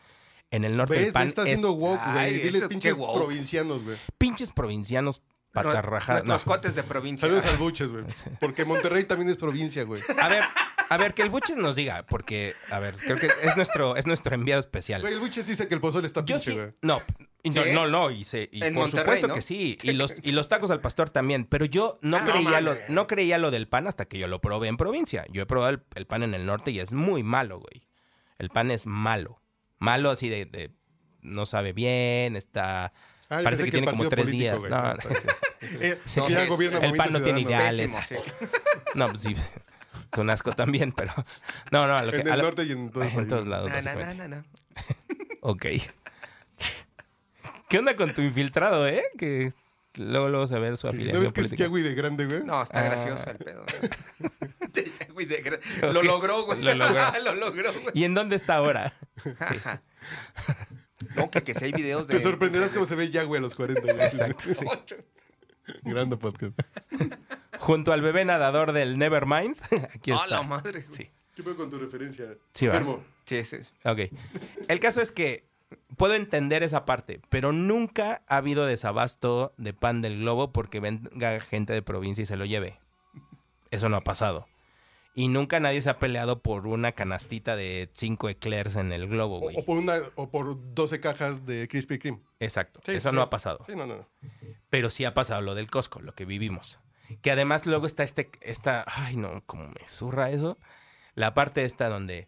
Speaker 5: en el norte
Speaker 4: ¿Ves?
Speaker 5: el pan
Speaker 4: está
Speaker 5: es
Speaker 4: haciendo woke,
Speaker 6: Ay,
Speaker 4: güey. Diles
Speaker 6: eso, qué
Speaker 4: pinches
Speaker 6: woke.
Speaker 4: provincianos, güey.
Speaker 5: pinches provincianos patarrajados.
Speaker 6: Nuestros cuates de provincia.
Speaker 4: Saludos al Buches, güey. Porque Monterrey también es provincia, güey.
Speaker 5: A ver, a ver, que el buches nos diga, porque, a ver, creo que es nuestro, es nuestro enviado especial.
Speaker 4: Güey, el Buches dice que el pozole está
Speaker 5: Yo
Speaker 4: pinche,
Speaker 5: sí.
Speaker 4: güey.
Speaker 5: No, y no,
Speaker 6: ¿Qué?
Speaker 5: no, no, y, se- y
Speaker 6: En
Speaker 5: por
Speaker 6: Monterrey,
Speaker 5: supuesto
Speaker 6: ¿no?
Speaker 5: que sí. Y los, y los tacos al pastor también. Pero yo no,
Speaker 6: Ah, no
Speaker 5: creía lo,
Speaker 6: mames.
Speaker 5: no creía lo del pan hasta que yo lo probé en provincia. Yo he probado el, el pan en el norte y es muy malo, güey. El pan es malo. Malo así de. de- no sabe bien, está.
Speaker 4: Ah, yo pensé
Speaker 5: parece que tiene como
Speaker 4: partido
Speaker 5: tres
Speaker 4: político,
Speaker 5: días.
Speaker 4: güey.
Speaker 5: No,
Speaker 4: Eh,
Speaker 5: Sí.
Speaker 4: que ya
Speaker 6: El
Speaker 4: gobierna
Speaker 5: pan
Speaker 4: Movimiento
Speaker 5: no tiene
Speaker 4: Ciudadano.
Speaker 5: ideal.
Speaker 6: este, Pésimo, sí.
Speaker 5: no, pues sí. Es un asco también, pero. No, no, a lo que.
Speaker 4: En
Speaker 5: a
Speaker 4: el
Speaker 5: lo-
Speaker 4: norte y en todo el
Speaker 5: en
Speaker 4: país.
Speaker 5: todos lados,
Speaker 6: Na, na,
Speaker 5: básicamente.
Speaker 6: na, na, na.
Speaker 5: Ok. ¿Qué onda con tu infiltrado, eh? Que luego, luego se ve su
Speaker 4: ¿No
Speaker 5: afiliación
Speaker 4: ves que es
Speaker 5: política.
Speaker 4: Yagüi de grande, güey?
Speaker 6: No, está
Speaker 5: Ah.
Speaker 6: gracioso el pedo. Sí, ya, güey, de gra- Lo
Speaker 5: Ok.
Speaker 6: logró, güey.
Speaker 5: Lo logró.
Speaker 6: Lo logró, güey.
Speaker 5: ¿Y en dónde está ahora?
Speaker 6: Ajá. No, que, que si hay videos de...
Speaker 4: Te sorprenderás cómo se ve Yagüi a los 40, güey.
Speaker 5: Exacto, sí.
Speaker 4: Grande podcast.
Speaker 5: Junto al bebé nadador del Nevermind. Aquí
Speaker 6: ¡A
Speaker 5: está.
Speaker 6: la madre! güey.
Speaker 5: Sí.
Speaker 4: ¿Qué pedo con tu referencia?
Speaker 5: Sí, va.
Speaker 4: Fermo.
Speaker 6: Sí, sí.
Speaker 5: Ok. El caso es que puedo entender esa parte, pero nunca ha habido desabasto de pan del globo porque venga gente de provincia y se lo lleve. Eso no ha pasado. Y nunca nadie se ha peleado por una canastita de cinco eclairs en el globo,
Speaker 4: O,
Speaker 5: güey.
Speaker 4: o por una, o por 12 cajas de Krispy Kreme.
Speaker 5: Exacto.
Speaker 4: Sí,
Speaker 5: Eso
Speaker 4: sí.
Speaker 5: no ha pasado.
Speaker 4: Sí, no, no, no.
Speaker 5: Pero sí ha pasado lo del Costco, lo que vivimos. Que además luego está este, esta, ay no, como me zurra eso. La parte esta donde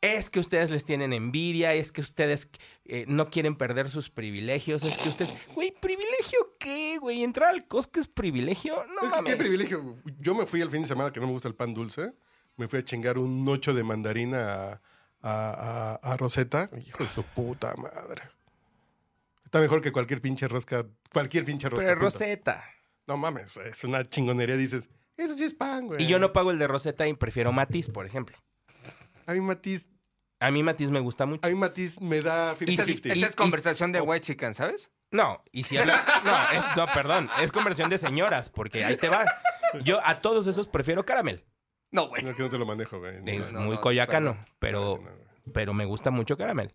Speaker 5: es que ustedes les tienen envidia, es que ustedes eh, no quieren perder sus privilegios, es que ustedes, güey, privilegio qué, güey, entrar al Costco es privilegio,
Speaker 4: es
Speaker 5: no
Speaker 4: que
Speaker 5: mames.
Speaker 4: qué privilegio. Yo me fui el fin de semana que no me gusta el pan dulce. Me fui a chingar un 8 de mandarina a, a, a- a Rosetta. Hijo de su puta madre. Está mejor que cualquier pinche rosca. Cualquier pinche rosca.
Speaker 5: Pero
Speaker 4: punta.
Speaker 5: Rosetta.
Speaker 4: No mames, es una chingonería. Dices, eso sí es pan, güey.
Speaker 5: Y yo no pago el de Rosetta y prefiero Matiz, por ejemplo.
Speaker 4: A mí Matiz,
Speaker 5: A mí Matiz me gusta mucho.
Speaker 4: a mí Matiz me da
Speaker 5: Y
Speaker 6: Esa,
Speaker 4: 50-50.
Speaker 6: es-
Speaker 5: si-
Speaker 6: esa es
Speaker 5: y-
Speaker 6: conversación de White Chicken, ¿sabes?
Speaker 5: No, y si habla- No, es- no, perdón, es conversión de señoras, porque ahí te va. Yo a todos esos prefiero caramel.
Speaker 6: No, güey.
Speaker 5: Pues
Speaker 4: No, que no te lo manejo, güey. No,
Speaker 5: Es
Speaker 4: no,
Speaker 6: no,
Speaker 5: muy
Speaker 6: no,
Speaker 5: coyacano, pero,
Speaker 4: no, no, güey.
Speaker 5: pero me gusta mucho caramel.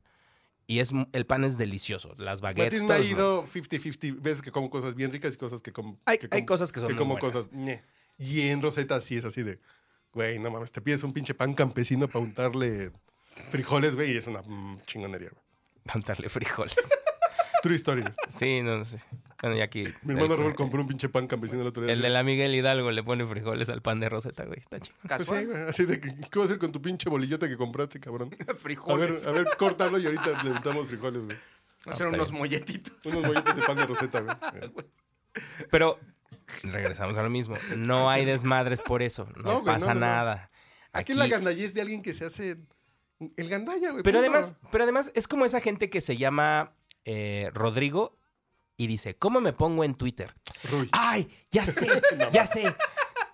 Speaker 5: Y es, el pan es delicioso. Las baguettes.
Speaker 4: Matiz me ha
Speaker 5: todos, ¿no?
Speaker 4: ido 50-50. Ves que como cosas bien ricas y cosas que como.
Speaker 5: Hay,
Speaker 4: que
Speaker 5: hay
Speaker 4: como-
Speaker 5: cosas que son.
Speaker 4: que
Speaker 5: muy
Speaker 4: como
Speaker 5: buenas.
Speaker 4: cosas. ñe. Y en Rosetta sí es así de, güey, no mames, te pides un pinche pan campesino para untarle frijoles, güey, y es una mm, chingonería. güey.
Speaker 5: Contarle frijoles.
Speaker 4: True story.
Speaker 5: Sí, no, sé. Bueno, ya aquí.
Speaker 4: Mi hermano
Speaker 5: el-
Speaker 4: Raúl compró un pinche pan campesino el otro día.
Speaker 5: El de la Miguel Hidalgo le pone frijoles al pan de Rosetta, güey. Está chido.
Speaker 4: Pues sí,
Speaker 6: Casual,
Speaker 4: güey, así de que, ¿qué vas a hacer con tu pinche bolillota que compraste, cabrón? A ver,
Speaker 6: frijoles.
Speaker 4: a ver, córtalo y ahorita le untamos frijoles, güey.
Speaker 5: está
Speaker 6: Hacer unos
Speaker 5: bien.
Speaker 6: molletitos.
Speaker 4: Unos bollitos de pan de roseta, güey.
Speaker 5: Pero regresamos a lo mismo. No hay desmadres por eso. No,
Speaker 4: No, güey,
Speaker 5: pasa
Speaker 4: no, no, no.
Speaker 5: nada.
Speaker 4: Aquí, la gandallez de alguien que se hace el gandalla, güey. punto.
Speaker 5: Pero además, pero además es como esa gente que se llama eh, Rodrigo y dice, ¿cómo me pongo en Twitter?
Speaker 4: Ruy.
Speaker 5: ¡Ay! Ya sé, ya sé.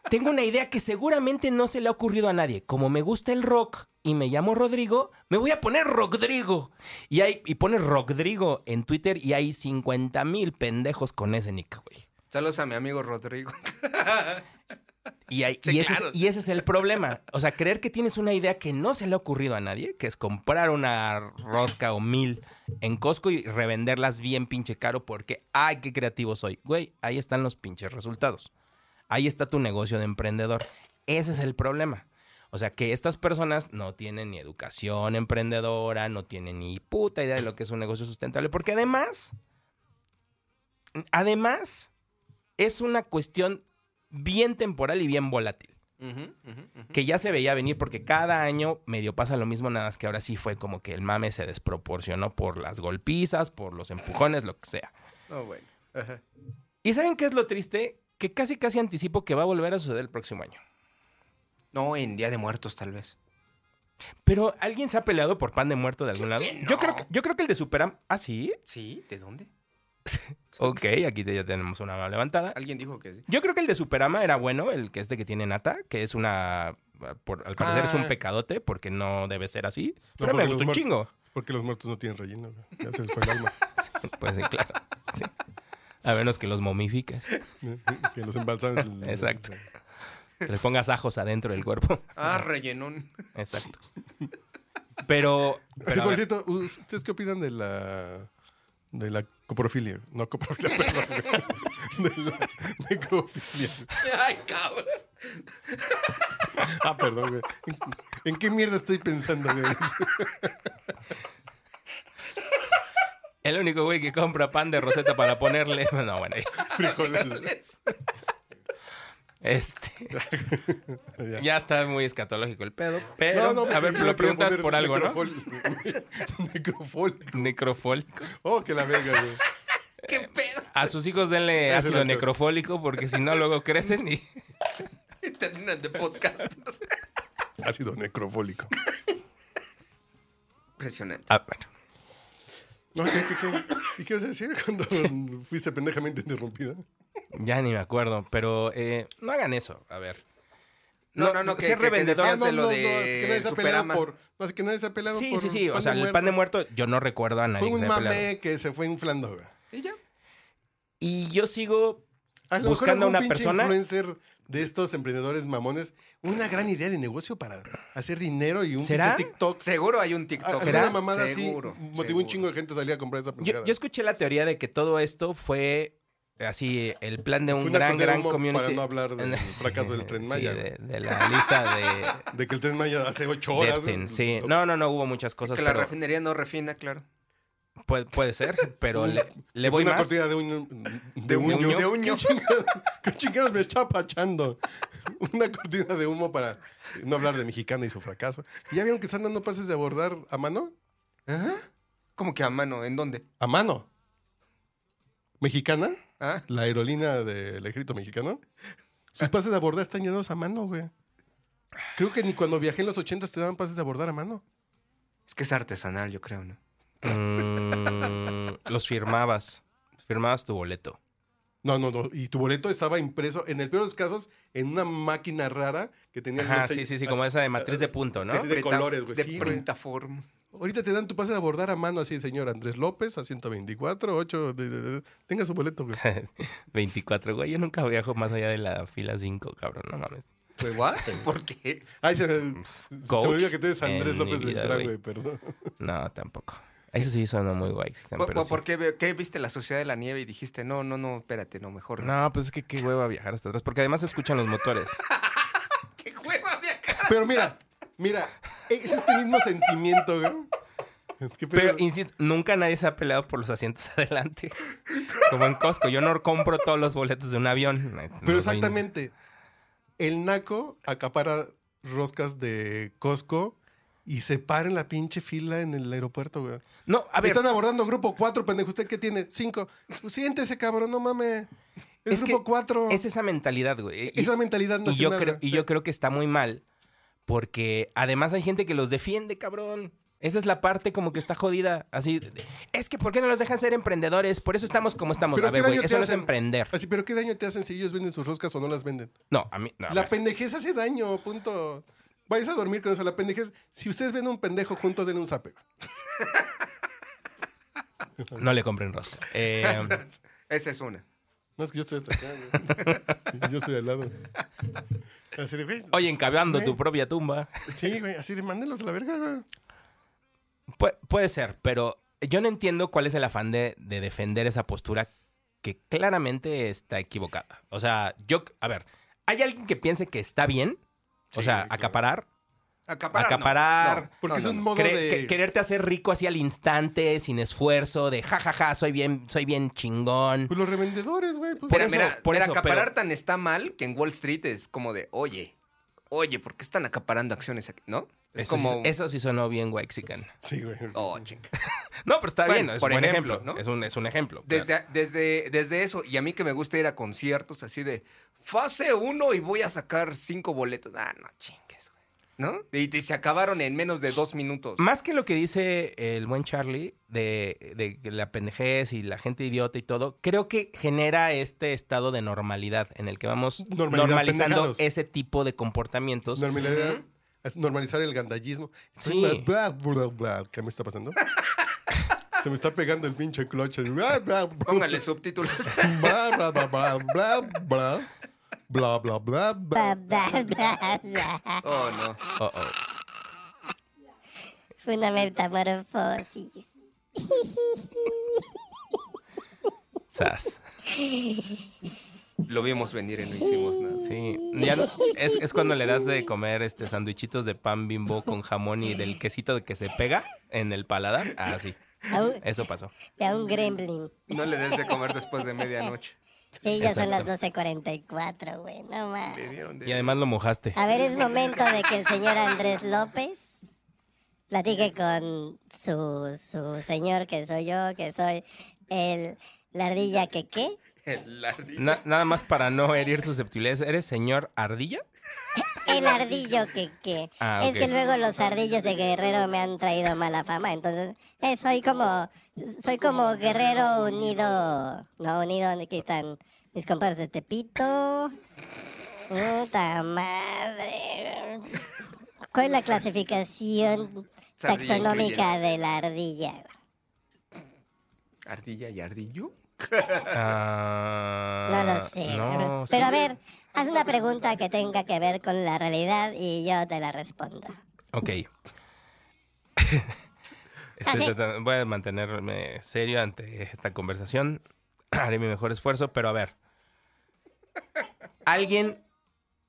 Speaker 5: Tengo una idea que seguramente no se le ha ocurrido a nadie. Como me gusta el rock y me llamo Rodrigo, me voy a poner Rodrigo. Y, hay, y pone Rodrigo en Twitter y hay 50 mil pendejos con ese nick, güey.
Speaker 6: Saludos a mi amigo Rodrigo.
Speaker 5: Y, hay-
Speaker 6: Sí,
Speaker 5: y ese es-
Speaker 6: claro.
Speaker 5: y ese es el problema. O sea, creer que tienes una idea que no se le ha ocurrido a nadie, que es comprar una rosca o mil en Costco y revenderlas bien pinche caro porque, ay, qué creativo soy. Güey, ahí están los pinches resultados. Ahí está tu negocio de emprendedor. Ese es el problema. O sea, que estas personas no tienen ni educación emprendedora, no tienen ni puta idea de lo que es un negocio sustentable, porque además, además, es una cuestión bien temporal y bien volátil,
Speaker 6: Ujú, ujú, ujú.
Speaker 5: que ya se veía venir porque cada año medio pasa lo mismo, nada más que ahora sí fue como que el mame se desproporcionó por las golpizas, por los empujones, lo que sea.
Speaker 6: No, bueno. Ajá.
Speaker 5: ¿Y saben qué es lo triste? Que casi casi anticipo que va a volver a suceder el próximo año.
Speaker 6: No, en Día de Muertos, tal vez.
Speaker 5: Pero alguien se ha peleado por pan de muerto de algún lado.
Speaker 6: que no.
Speaker 5: Yo creo que, yo creo que el de Superam. ¿Ah, sí?
Speaker 6: ¿Sí? ¿De dónde?
Speaker 5: Ok, aquí te- ya tenemos una mano levantada.
Speaker 6: Alguien dijo que sí.
Speaker 5: Yo creo que el de Superama era bueno, el que este que tiene nata, que es una. por- al parecer es
Speaker 6: Ah.
Speaker 5: un pecadote porque no debe ser así. Pero
Speaker 4: porque
Speaker 5: me
Speaker 4: los
Speaker 5: gustó un
Speaker 4: muer-
Speaker 5: chingo.
Speaker 4: Porque los muertos no tienen relleno, güey. Ya se les fue el alma.
Speaker 5: Pues sí, claro. sí. A menos que los momifiques,
Speaker 4: que los embalsamen.
Speaker 5: Exacto. que les pongas ajos adentro del cuerpo.
Speaker 6: Ah, rellenón.
Speaker 5: Exacto. Pero. pero
Speaker 4: Sí,
Speaker 5: a
Speaker 4: por
Speaker 5: ver,
Speaker 4: cierto, ¿ustedes qué opinan de la. de la coprofilia? No, coprofilia, perdón. güey. De la necrofilia.
Speaker 6: Ay, cabrón.
Speaker 4: Ah, perdón, güey. ¿En qué mierda estoy pensando, güey?
Speaker 5: el único güey que compra pan de roseta para ponerle. No, bueno.
Speaker 4: Frijoles.
Speaker 5: Este.
Speaker 4: Ya.
Speaker 5: Ya está muy escatológico el pedo, pero
Speaker 4: No, no,
Speaker 5: a ver,
Speaker 4: yo
Speaker 5: lo
Speaker 4: le quería
Speaker 5: preguntas
Speaker 4: poner
Speaker 5: por algo, ¿no?
Speaker 4: necrofol- Necrofólico.
Speaker 5: Necrofólico.
Speaker 4: Oh, que la verga, güey.
Speaker 6: ¿Qué pedo?
Speaker 5: A sus hijos denle
Speaker 4: Ese
Speaker 5: ácido
Speaker 4: la-
Speaker 5: necrofólico porque si no luego crecen y
Speaker 6: Terminan de podcast.
Speaker 4: Ácido necrofólico.
Speaker 6: Impresionante.
Speaker 5: Ah, bueno.
Speaker 4: No, ¿qué, qué, qué? ¿Y qué vas a decir cuando fuiste pendejamente interrumpida?
Speaker 5: Ya ni me acuerdo, pero eh, no hagan eso, a ver.
Speaker 6: No, no, no, que-
Speaker 5: ser
Speaker 6: que te
Speaker 5: revendedor.
Speaker 6: decías de lo de
Speaker 4: es que nadie se ha peleado
Speaker 6: Superama.
Speaker 4: por. No, es que nadie se ha peleado
Speaker 5: Sí,
Speaker 4: por.
Speaker 5: sí, sí, o sea, el
Speaker 4: muerto.
Speaker 5: pan de muerto yo no recuerdo a nadie
Speaker 4: Fue
Speaker 5: que se
Speaker 4: un
Speaker 5: haya peleado.
Speaker 4: mame que se fue inflando, güey.
Speaker 6: ¿Y ya?
Speaker 5: Y yo sigo
Speaker 4: A lo
Speaker 5: Buscando
Speaker 4: mejor
Speaker 5: a una
Speaker 4: algún pinche
Speaker 5: persona.
Speaker 4: influencer de estos emprendedores mamones, una gran idea de negocio para hacer dinero y un
Speaker 5: ¿Será?
Speaker 4: pinche TikTok.
Speaker 6: Seguro hay un
Speaker 4: Ah,
Speaker 6: TikTok.
Speaker 5: ¿Será?
Speaker 4: Una mamada
Speaker 6: Seguro,
Speaker 4: así motivó
Speaker 6: seguro.
Speaker 4: un chingo de gente a salir a comprar esa pendejada.
Speaker 5: yo, yo escuché la teoría de que todo esto fue así el plan de
Speaker 4: Fue
Speaker 5: un
Speaker 4: una
Speaker 5: gran
Speaker 4: cortina de
Speaker 5: gran
Speaker 4: humo
Speaker 5: community
Speaker 4: Para no hablar del fracaso del Tren
Speaker 5: Sí,
Speaker 4: Maya. güey.
Speaker 5: de- de la lista de,
Speaker 4: de... que el Tren Maya hace ocho
Speaker 5: de
Speaker 4: horas.
Speaker 5: Epstein,
Speaker 4: güey,
Speaker 5: sí.
Speaker 4: lo-
Speaker 5: No, no, no, hubo muchas cosas,
Speaker 6: Que la
Speaker 5: pero
Speaker 6: refinería no refina, claro.
Speaker 5: puede, puede ser, pero le, le
Speaker 4: que fue
Speaker 5: voy
Speaker 4: una
Speaker 5: más.
Speaker 4: cortina de un... De
Speaker 5: un
Speaker 4: un...
Speaker 5: ño.
Speaker 6: De un ño.
Speaker 4: ¿Qué chingados, qué chingados me está pachando? Una cortina de humo para no hablar de mexicana y su fracaso. ¿Y ¿Ya vieron que están dando pases de abordar a mano? ¿Ah?
Speaker 6: Ajá. ¿Cómo que a mano? ¿En dónde?
Speaker 4: A mano. ¿Mexicana?
Speaker 6: ¿Ah?
Speaker 4: La aerolínea del ejército mexicano. Sus pases de abordar están llenados a mano, güey. Creo que ni cuando viajé en los 80 te daban pases de abordar a mano.
Speaker 6: Es que es artesanal, yo creo, ¿no?
Speaker 5: Mm, los firmabas. Firmabas tu boleto.
Speaker 4: No, no, no. Y tu boleto estaba impreso, en el peor de los casos, en una máquina rara que tenía...
Speaker 5: Ajá,
Speaker 4: no sé,
Speaker 5: sí, sí, sí, como esa de matriz de punto, ¿no?
Speaker 4: así de
Speaker 6: Preta-
Speaker 4: colores, güey.
Speaker 6: De
Speaker 4: sí, güey.
Speaker 6: printaform.
Speaker 4: Ahorita te dan tu pase de abordar a mano así, señor Andrés López, a 124, 8... de- de- de- Tenga su boleto, güey.
Speaker 5: 24, güey. Yo nunca viajo más allá de la fila 5, cabrón, no mames.
Speaker 6: Pues, ¿what? ¿Por qué?
Speaker 4: Ay, se, me- se me
Speaker 5: Coach
Speaker 4: olvida que tú eres Andrés
Speaker 5: en
Speaker 4: López
Speaker 5: mi vida,
Speaker 4: Beltrán, güey,
Speaker 5: güey.
Speaker 4: perdón.
Speaker 5: No, tampoco. Eso sí sonó muy guay.
Speaker 6: ¿Por,
Speaker 5: pero sí.
Speaker 6: por qué, ve- qué viste la Sociedad de la Nieve y dijiste, no, no, no, espérate, no, mejor no?
Speaker 5: No, pues es que qué hueva viajar hasta atrás, porque además se escuchan los motores.
Speaker 6: ¡Qué hueva, viajar!
Speaker 4: Pero mira, mira, es este mismo sentimiento, güey, Es que
Speaker 5: Pero,
Speaker 4: pero-
Speaker 5: insisto, nunca nadie se ha peleado por los asientos adelante. Como en Costco. Yo no compro todos los boletos de un avión. No
Speaker 4: Pero
Speaker 5: soy-
Speaker 4: exactamente, el naco acapara roscas de Costco y se para en la pinche fila en el aeropuerto, güey.
Speaker 5: No, a ver.
Speaker 4: Están abordando grupo 4, pendejo. ¿Usted qué tiene? 5. Siéntese, cabrón, no mames. Es,
Speaker 5: Es que
Speaker 4: grupo 4.
Speaker 5: Es esa mentalidad, güey. Y-
Speaker 4: Esa mentalidad
Speaker 5: y yo
Speaker 4: nacional.
Speaker 5: creo,
Speaker 4: güey.
Speaker 5: y yo creo que está muy mal. Porque además hay gente que los defiende, cabrón. Esa es la parte como que está jodida. Así. de- Es que ¿por qué no los dejan ser emprendedores? Por eso estamos como estamos.
Speaker 4: Pero
Speaker 5: a ver,
Speaker 4: ¿qué
Speaker 5: güey.
Speaker 4: daño te
Speaker 5: Eso no es
Speaker 4: hacen?
Speaker 5: emprender.
Speaker 4: Así, pero ¿qué daño te hacen si ellos venden sus roscas o no las venden?
Speaker 5: No, a mí. No, a
Speaker 4: la
Speaker 5: ver.
Speaker 4: pendejez hace daño, punto. Vais a dormir con eso. La pendejez. Si ustedes ven a un pendejo junto, denle un zape. güey.
Speaker 5: No le compren rosca. Eh,
Speaker 6: Esa es una.
Speaker 4: No es que yo estoy hasta acá, güey. Yo soy al lado. Así de, güey.
Speaker 5: oye, encabando tu propia tumba.
Speaker 4: Sí, güey. Así de, mándenlos a la verga, güey.
Speaker 5: Pu- puede ser, pero yo no entiendo cuál es el afán de, de defender esa postura que claramente está equivocada. O sea, yo, a ver, ¿hay alguien que piense que está bien? O
Speaker 4: Sí,
Speaker 5: sea,
Speaker 4: claro.
Speaker 5: acaparar,
Speaker 6: Acaparar. no.
Speaker 5: Acaparar,
Speaker 6: No,
Speaker 4: Porque
Speaker 6: no,
Speaker 4: es
Speaker 6: no,
Speaker 4: un
Speaker 6: no.
Speaker 4: modo
Speaker 5: cre-
Speaker 4: de.
Speaker 5: que- quererte hacer rico así al instante, sin esfuerzo, de jajaja, ja, ja, soy bien, soy bien chingón.
Speaker 4: Pues los revendedores, güey. Pues,
Speaker 5: Por
Speaker 6: Mira,
Speaker 5: eso,
Speaker 6: mira,
Speaker 5: por
Speaker 6: el
Speaker 5: eso,
Speaker 6: acaparar
Speaker 5: pero-
Speaker 6: tan está mal que en Wall Street es como de, oye, oye, ¿por qué están acaparando acciones aquí? ¿No? Es
Speaker 5: Eso,
Speaker 6: como.
Speaker 5: eso sí sonó bien Waxican.
Speaker 4: pues, Sí, güey.
Speaker 6: Oh, chinga.
Speaker 5: No, pero está
Speaker 6: Bueno,
Speaker 5: bien, es un
Speaker 6: por
Speaker 5: buen ejemplo.
Speaker 6: ejemplo, ¿no?
Speaker 5: es, un, es un ejemplo. claro.
Speaker 6: Desde, desde, desde eso, y a mí que me gusta ir a conciertos así de fase 1 y voy a sacar cinco boletos. Ah, no chingues, güey. ¿No? Y, y se acabaron en menos de dos minutos.
Speaker 5: Más que lo que dice el buen Charlie de, de que la pendejez y la gente idiota y todo, creo que genera este estado de normalidad en el que vamos
Speaker 4: Normalidad,
Speaker 5: normalizando
Speaker 4: pendejados.
Speaker 5: ese tipo de comportamientos.
Speaker 4: Normalizar, normalizar el gandallismo.
Speaker 5: Sí.
Speaker 4: Bla, bla, bla, bla. ¿Qué me está pasando? Se me está pegando el pinche cloche. Bla, bla, bla.
Speaker 6: Póngale subtítulos.
Speaker 4: Bla, bla, bla, bla, bla, bla. Bla, bla, bla, bla.
Speaker 6: Oh, no.
Speaker 5: Oh, oh.
Speaker 9: Fue una metamorfosis.
Speaker 5: Sas.
Speaker 6: Lo vimos venir y no hicimos nada.
Speaker 5: Sí. Ya no- es, es cuando le das de comer este sandwichitos de pan bimbo con jamón y del quesito que se pega en el paladar. Ah, sí.
Speaker 9: A un,
Speaker 5: Eso pasó.
Speaker 9: a un gremlin.
Speaker 6: No le des de comer después de medianoche.
Speaker 9: Sí, ya son las
Speaker 5: Exacto.
Speaker 9: 12.44, güey. No más.
Speaker 6: Le dieron de-
Speaker 5: Y además lo mojaste.
Speaker 9: A ver, es momento de que el señor Andrés López platique con su, su señor, que soy yo, que soy el... La ardilla que qué?
Speaker 6: El ardilla.
Speaker 5: Na- nada más para no herir susceptibilidades. ¿Eres señor ardilla?
Speaker 9: El ardillo que qué.
Speaker 5: Ah,
Speaker 9: es
Speaker 5: ok.
Speaker 9: que luego los ardillos de Guerrero me han traído mala fama, entonces eh, soy como soy como Guerrero unido, no unido aquí están mis compadres de Tepito. Puta madre. ¿Cuál es la clasificación
Speaker 6: Ardilla
Speaker 9: taxonómica de la ardilla?
Speaker 6: Ardilla y ardillo.
Speaker 5: Ah,
Speaker 9: No lo sé.
Speaker 5: no,
Speaker 9: pero
Speaker 5: sí.
Speaker 9: a ver, haz una pregunta que tenga que ver con la realidad y yo te la respondo.
Speaker 5: Ok. Estoy tratando- voy a mantenerme serio ante esta conversación. Haré mi mejor esfuerzo, pero a ver. ¿Alguien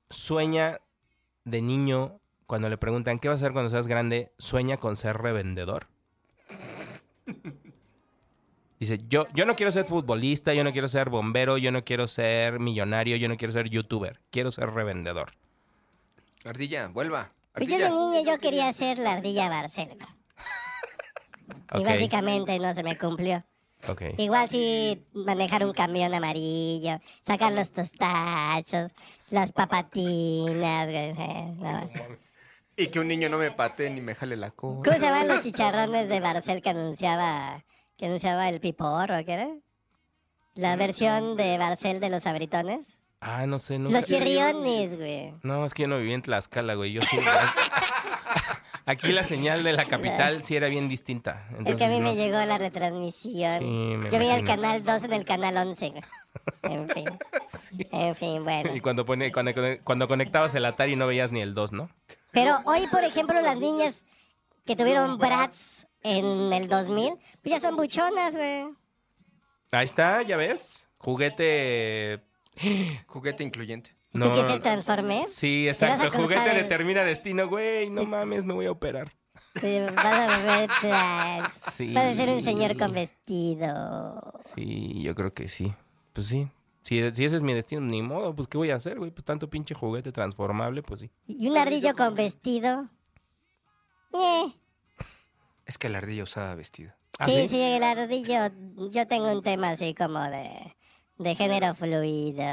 Speaker 5: sueña de niño cuando le preguntan qué vas a hacer cuando seas grande? ¿Sueña con ser revendedor? Dice, yo, yo no quiero ser futbolista, yo no quiero ser bombero, yo no quiero ser millonario, yo no quiero ser youtuber, quiero ser revendedor.
Speaker 6: Ardilla, vuelva.
Speaker 9: Pues yo de
Speaker 6: Ardilla.
Speaker 9: niño yo quería ser la ardilla Barcelona. Y
Speaker 5: Ok,
Speaker 9: básicamente no se me cumplió.
Speaker 5: ok.
Speaker 9: Igual si manejar un camión amarillo, sacar los tostachos, las papatinas, güey, eh, no.
Speaker 6: Y que un niño no me patee ni me jale la cola.
Speaker 9: ¿Cómo se llaman los chicharrones de Barcel que anunciaba, que anunciaba el piporro, qué era? La versión de Barcel de los abritones.
Speaker 5: Ah, no sé, nunca.
Speaker 9: Los chirriones, güey.
Speaker 5: No, es que yo no vivía en Tlaxcala, güey. Yo sí. Aquí la señal de la capital sí era bien distinta.
Speaker 9: Es que a
Speaker 5: Entonces,
Speaker 9: mí
Speaker 5: no.
Speaker 9: me llegó la retransmisión.
Speaker 5: Sí, me
Speaker 9: Yo veía el
Speaker 5: imagino.
Speaker 9: canal 2 en el canal 11. güey. En fin. En fin, bueno.
Speaker 5: Y cuando, pone, cuando, cuando conectabas el Atari no veías ni el 2, ¿no?
Speaker 9: Pero hoy, por ejemplo, las niñas que tuvieron brats en el 2000, pues ya son buchonas, güey.
Speaker 5: Ahí está, ya ves. Juguete.
Speaker 6: Juguete incluyente.
Speaker 9: ¿Tú
Speaker 5: No.
Speaker 9: qué se transformé?
Speaker 5: Sí,
Speaker 9: Te vas a
Speaker 5: exacto.
Speaker 9: cortar
Speaker 5: Juguete
Speaker 9: el-
Speaker 5: determina destino, güey. No mames, me voy a operar.
Speaker 9: Te vas a volver trans.
Speaker 5: Sí.
Speaker 9: Vas a ser un señor con vestido.
Speaker 5: Sí, yo creo que sí. Pues sí. Si, si ese es mi destino, ni modo, pues ¿qué voy a hacer, güey? Pues tanto pinche juguete transformable, pues sí.
Speaker 9: ¿Y un ardillo con vestido? Eh,
Speaker 6: Es que el ardillo usaba vestido.
Speaker 5: ¿Ah,
Speaker 9: sí,
Speaker 5: sí?
Speaker 9: sí, el ardillo. Yo tengo un tema así como de, de género fluido.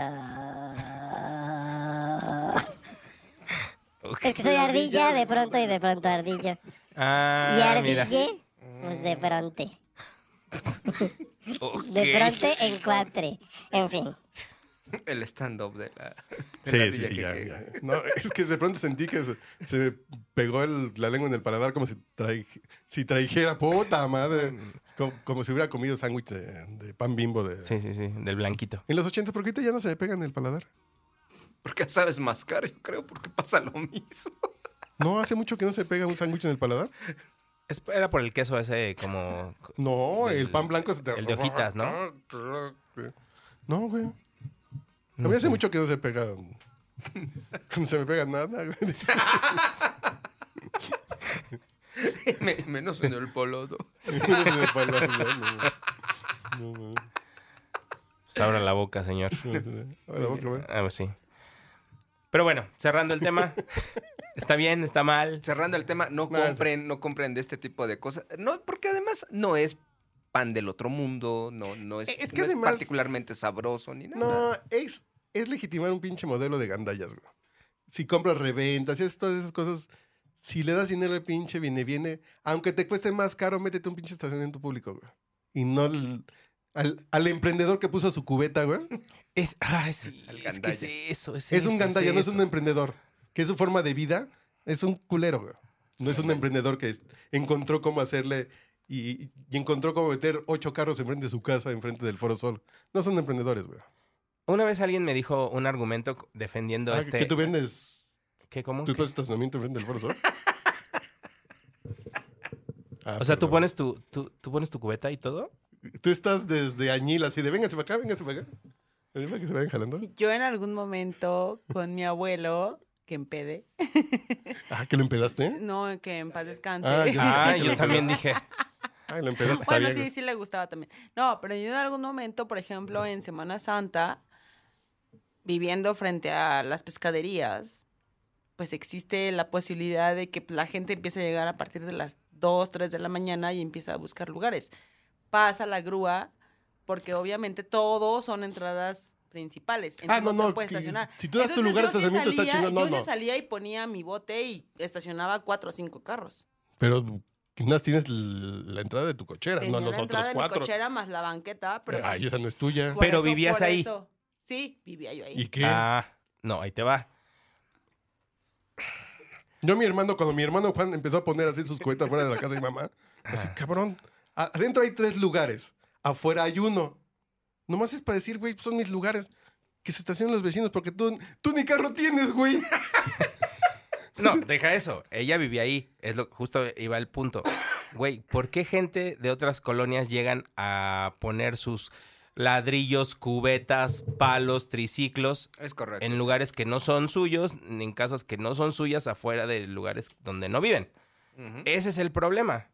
Speaker 9: Es que soy ardilla de pronto y de pronto ardillo. y
Speaker 5: Ah, mira.
Speaker 9: ardille, pues de pronto.
Speaker 6: Ok.
Speaker 9: De pronto en cuatre. En fin.
Speaker 6: El stand-up de la. de la
Speaker 4: Sí, sí,
Speaker 6: ardilla
Speaker 4: sí,
Speaker 6: que-
Speaker 4: ya,
Speaker 6: que-
Speaker 4: ya. No, es que de pronto sentí que se, se me pegó el- la lengua en el paladar como si, trai- si trajera, puta madre, como, como si hubiera comido sándwich de, de pan bimbo. De...
Speaker 5: Sí, sí, sí, del blanquito.
Speaker 4: En los 80, ¿por qué ahorita ya no se me pega en el paladar?
Speaker 6: Porque sabes mascar, yo creo, porque pasa lo mismo.
Speaker 4: ¿No hace mucho que no se pega un sándwich en el paladar?
Speaker 5: Es- Era por el queso ese como...
Speaker 4: No,
Speaker 5: Del-
Speaker 4: el pan blanco se te...
Speaker 5: el de hojitas, ¿no?
Speaker 4: No, güey.
Speaker 5: no
Speaker 4: a mí hace
Speaker 5: sé.
Speaker 4: mucho que no se pega... No se me pega nada, güey.
Speaker 6: Me- Menos en el polo. ¿no?
Speaker 4: Menos en el paladar, no, no, no.
Speaker 5: Pues abra la boca, señor.
Speaker 4: Ahora, boca, güey.
Speaker 5: Ah, pues sí. Pero bueno, cerrando el tema. está bien, está mal.
Speaker 6: Cerrando el tema, no
Speaker 4: Nada.
Speaker 6: compren, no compren de este tipo de cosas. No, porque además no es pan del otro mundo, no, no es,
Speaker 4: Eh, es que
Speaker 6: no es
Speaker 4: además-
Speaker 6: particularmente sabroso ni nada.
Speaker 4: No, es, es legitimar un pinche modelo de gandallas, güey. Si compras reventas, si haces todas esas cosas, si le das dinero al pinche viene, viene, aunque te cueste más caro, métete un pinche estacionamiento público, güey. Y no al, al- al emprendedor que puso su cubeta, güey.
Speaker 5: Es, ah, sí,
Speaker 6: Al
Speaker 5: es que es
Speaker 6: gandalla.
Speaker 5: eso. Es,
Speaker 4: es un gandalla, no es un
Speaker 5: una
Speaker 4: emprendedor. Que es su forma de vida, es un culero, güey. No es un emprendedor que es- encontró cómo hacerle y, y encontró cómo meter ocho carros enfrente de su casa, enfrente del Foro Sol. No son emprendedores, güey.
Speaker 5: Una vez alguien me dijo un argumento co- defendiendo
Speaker 4: Ah,
Speaker 5: este...
Speaker 4: Que tú vendes
Speaker 5: ¿Qué, cómo?
Speaker 4: ¿Tú pones estacionamiento enfrente del Foro Sol? Ah,
Speaker 5: O sea, tú
Speaker 4: perdón.
Speaker 5: pones tu, tú, tú pones tu cubeta y todo.
Speaker 4: Tú estás desde Añil así de vénganse para acá, vénganse para acá. Así para que se vayan jalando.
Speaker 10: Yo en algún momento con mi abuelo, que empede,
Speaker 4: Ah, que lo empedaste.
Speaker 10: no, que en paz descanse.
Speaker 4: Ah, ya.
Speaker 5: Ah,
Speaker 4: que
Speaker 5: yo
Speaker 4: lo
Speaker 5: también dije.
Speaker 4: Ah, lo empedaste. está
Speaker 10: Bueno,
Speaker 4: bien,
Speaker 10: sí,
Speaker 4: güey.
Speaker 10: sí le gustaba también. No, pero yo en algún momento, por ejemplo, en Semana Santa, viviendo frente a las pescaderías, pues existe la posibilidad de que la gente empiece a llegar a partir de las 2, 3 de la mañana y empieza a buscar lugares. Pasa la grúa, porque obviamente todos son entradas principales.
Speaker 4: Ah,
Speaker 10: entonces
Speaker 4: no,
Speaker 10: te
Speaker 4: no,
Speaker 10: puedes
Speaker 4: que-
Speaker 10: estacionar.
Speaker 4: si tú das tu lugar de
Speaker 10: yo sí
Speaker 4: estacionamiento, está
Speaker 10: salía-
Speaker 4: chingón, no,
Speaker 10: Yo
Speaker 4: no.
Speaker 10: sí salía y ponía mi bote y estacionaba cuatro o cinco carros.
Speaker 4: Pero quizás tienes l- la entrada de tu cochera,
Speaker 10: Tenía
Speaker 4: no
Speaker 10: la
Speaker 4: nosotros
Speaker 10: entrada de mi
Speaker 4: cuatro. Eh,
Speaker 10: cochera más la banqueta, pero
Speaker 4: Ay, esa no es tuya.
Speaker 10: por
Speaker 5: Pero vivías
Speaker 10: por
Speaker 5: ahí.
Speaker 10: eso. Sí, vivía yo ahí.
Speaker 4: ¿Y qué?
Speaker 5: Ah, no, ahí te va.
Speaker 4: Yo, mi hermano, cuando mi hermano Juan empezó a poner así sus cubetas fuera de la casa de mi mamá, así, cabrón, a- adentro hay tres lugares, afuera hay uno. Nomás es para decir, güey, son mis lugares. Que se estacionen los vecinos porque tú, tú ni carro tienes, güey.
Speaker 5: No, deja eso. Ella vivía ahí. Es lo justo iba el punto. Güey, ¿por qué gente de otras colonias llegan a poner sus ladrillos, cubetas, palos, triciclos
Speaker 6: Es correcto.
Speaker 5: en lugares que no son suyos, ni en casas que no son suyas afuera de lugares donde no viven?
Speaker 6: Ujú.
Speaker 5: Ese es el problema.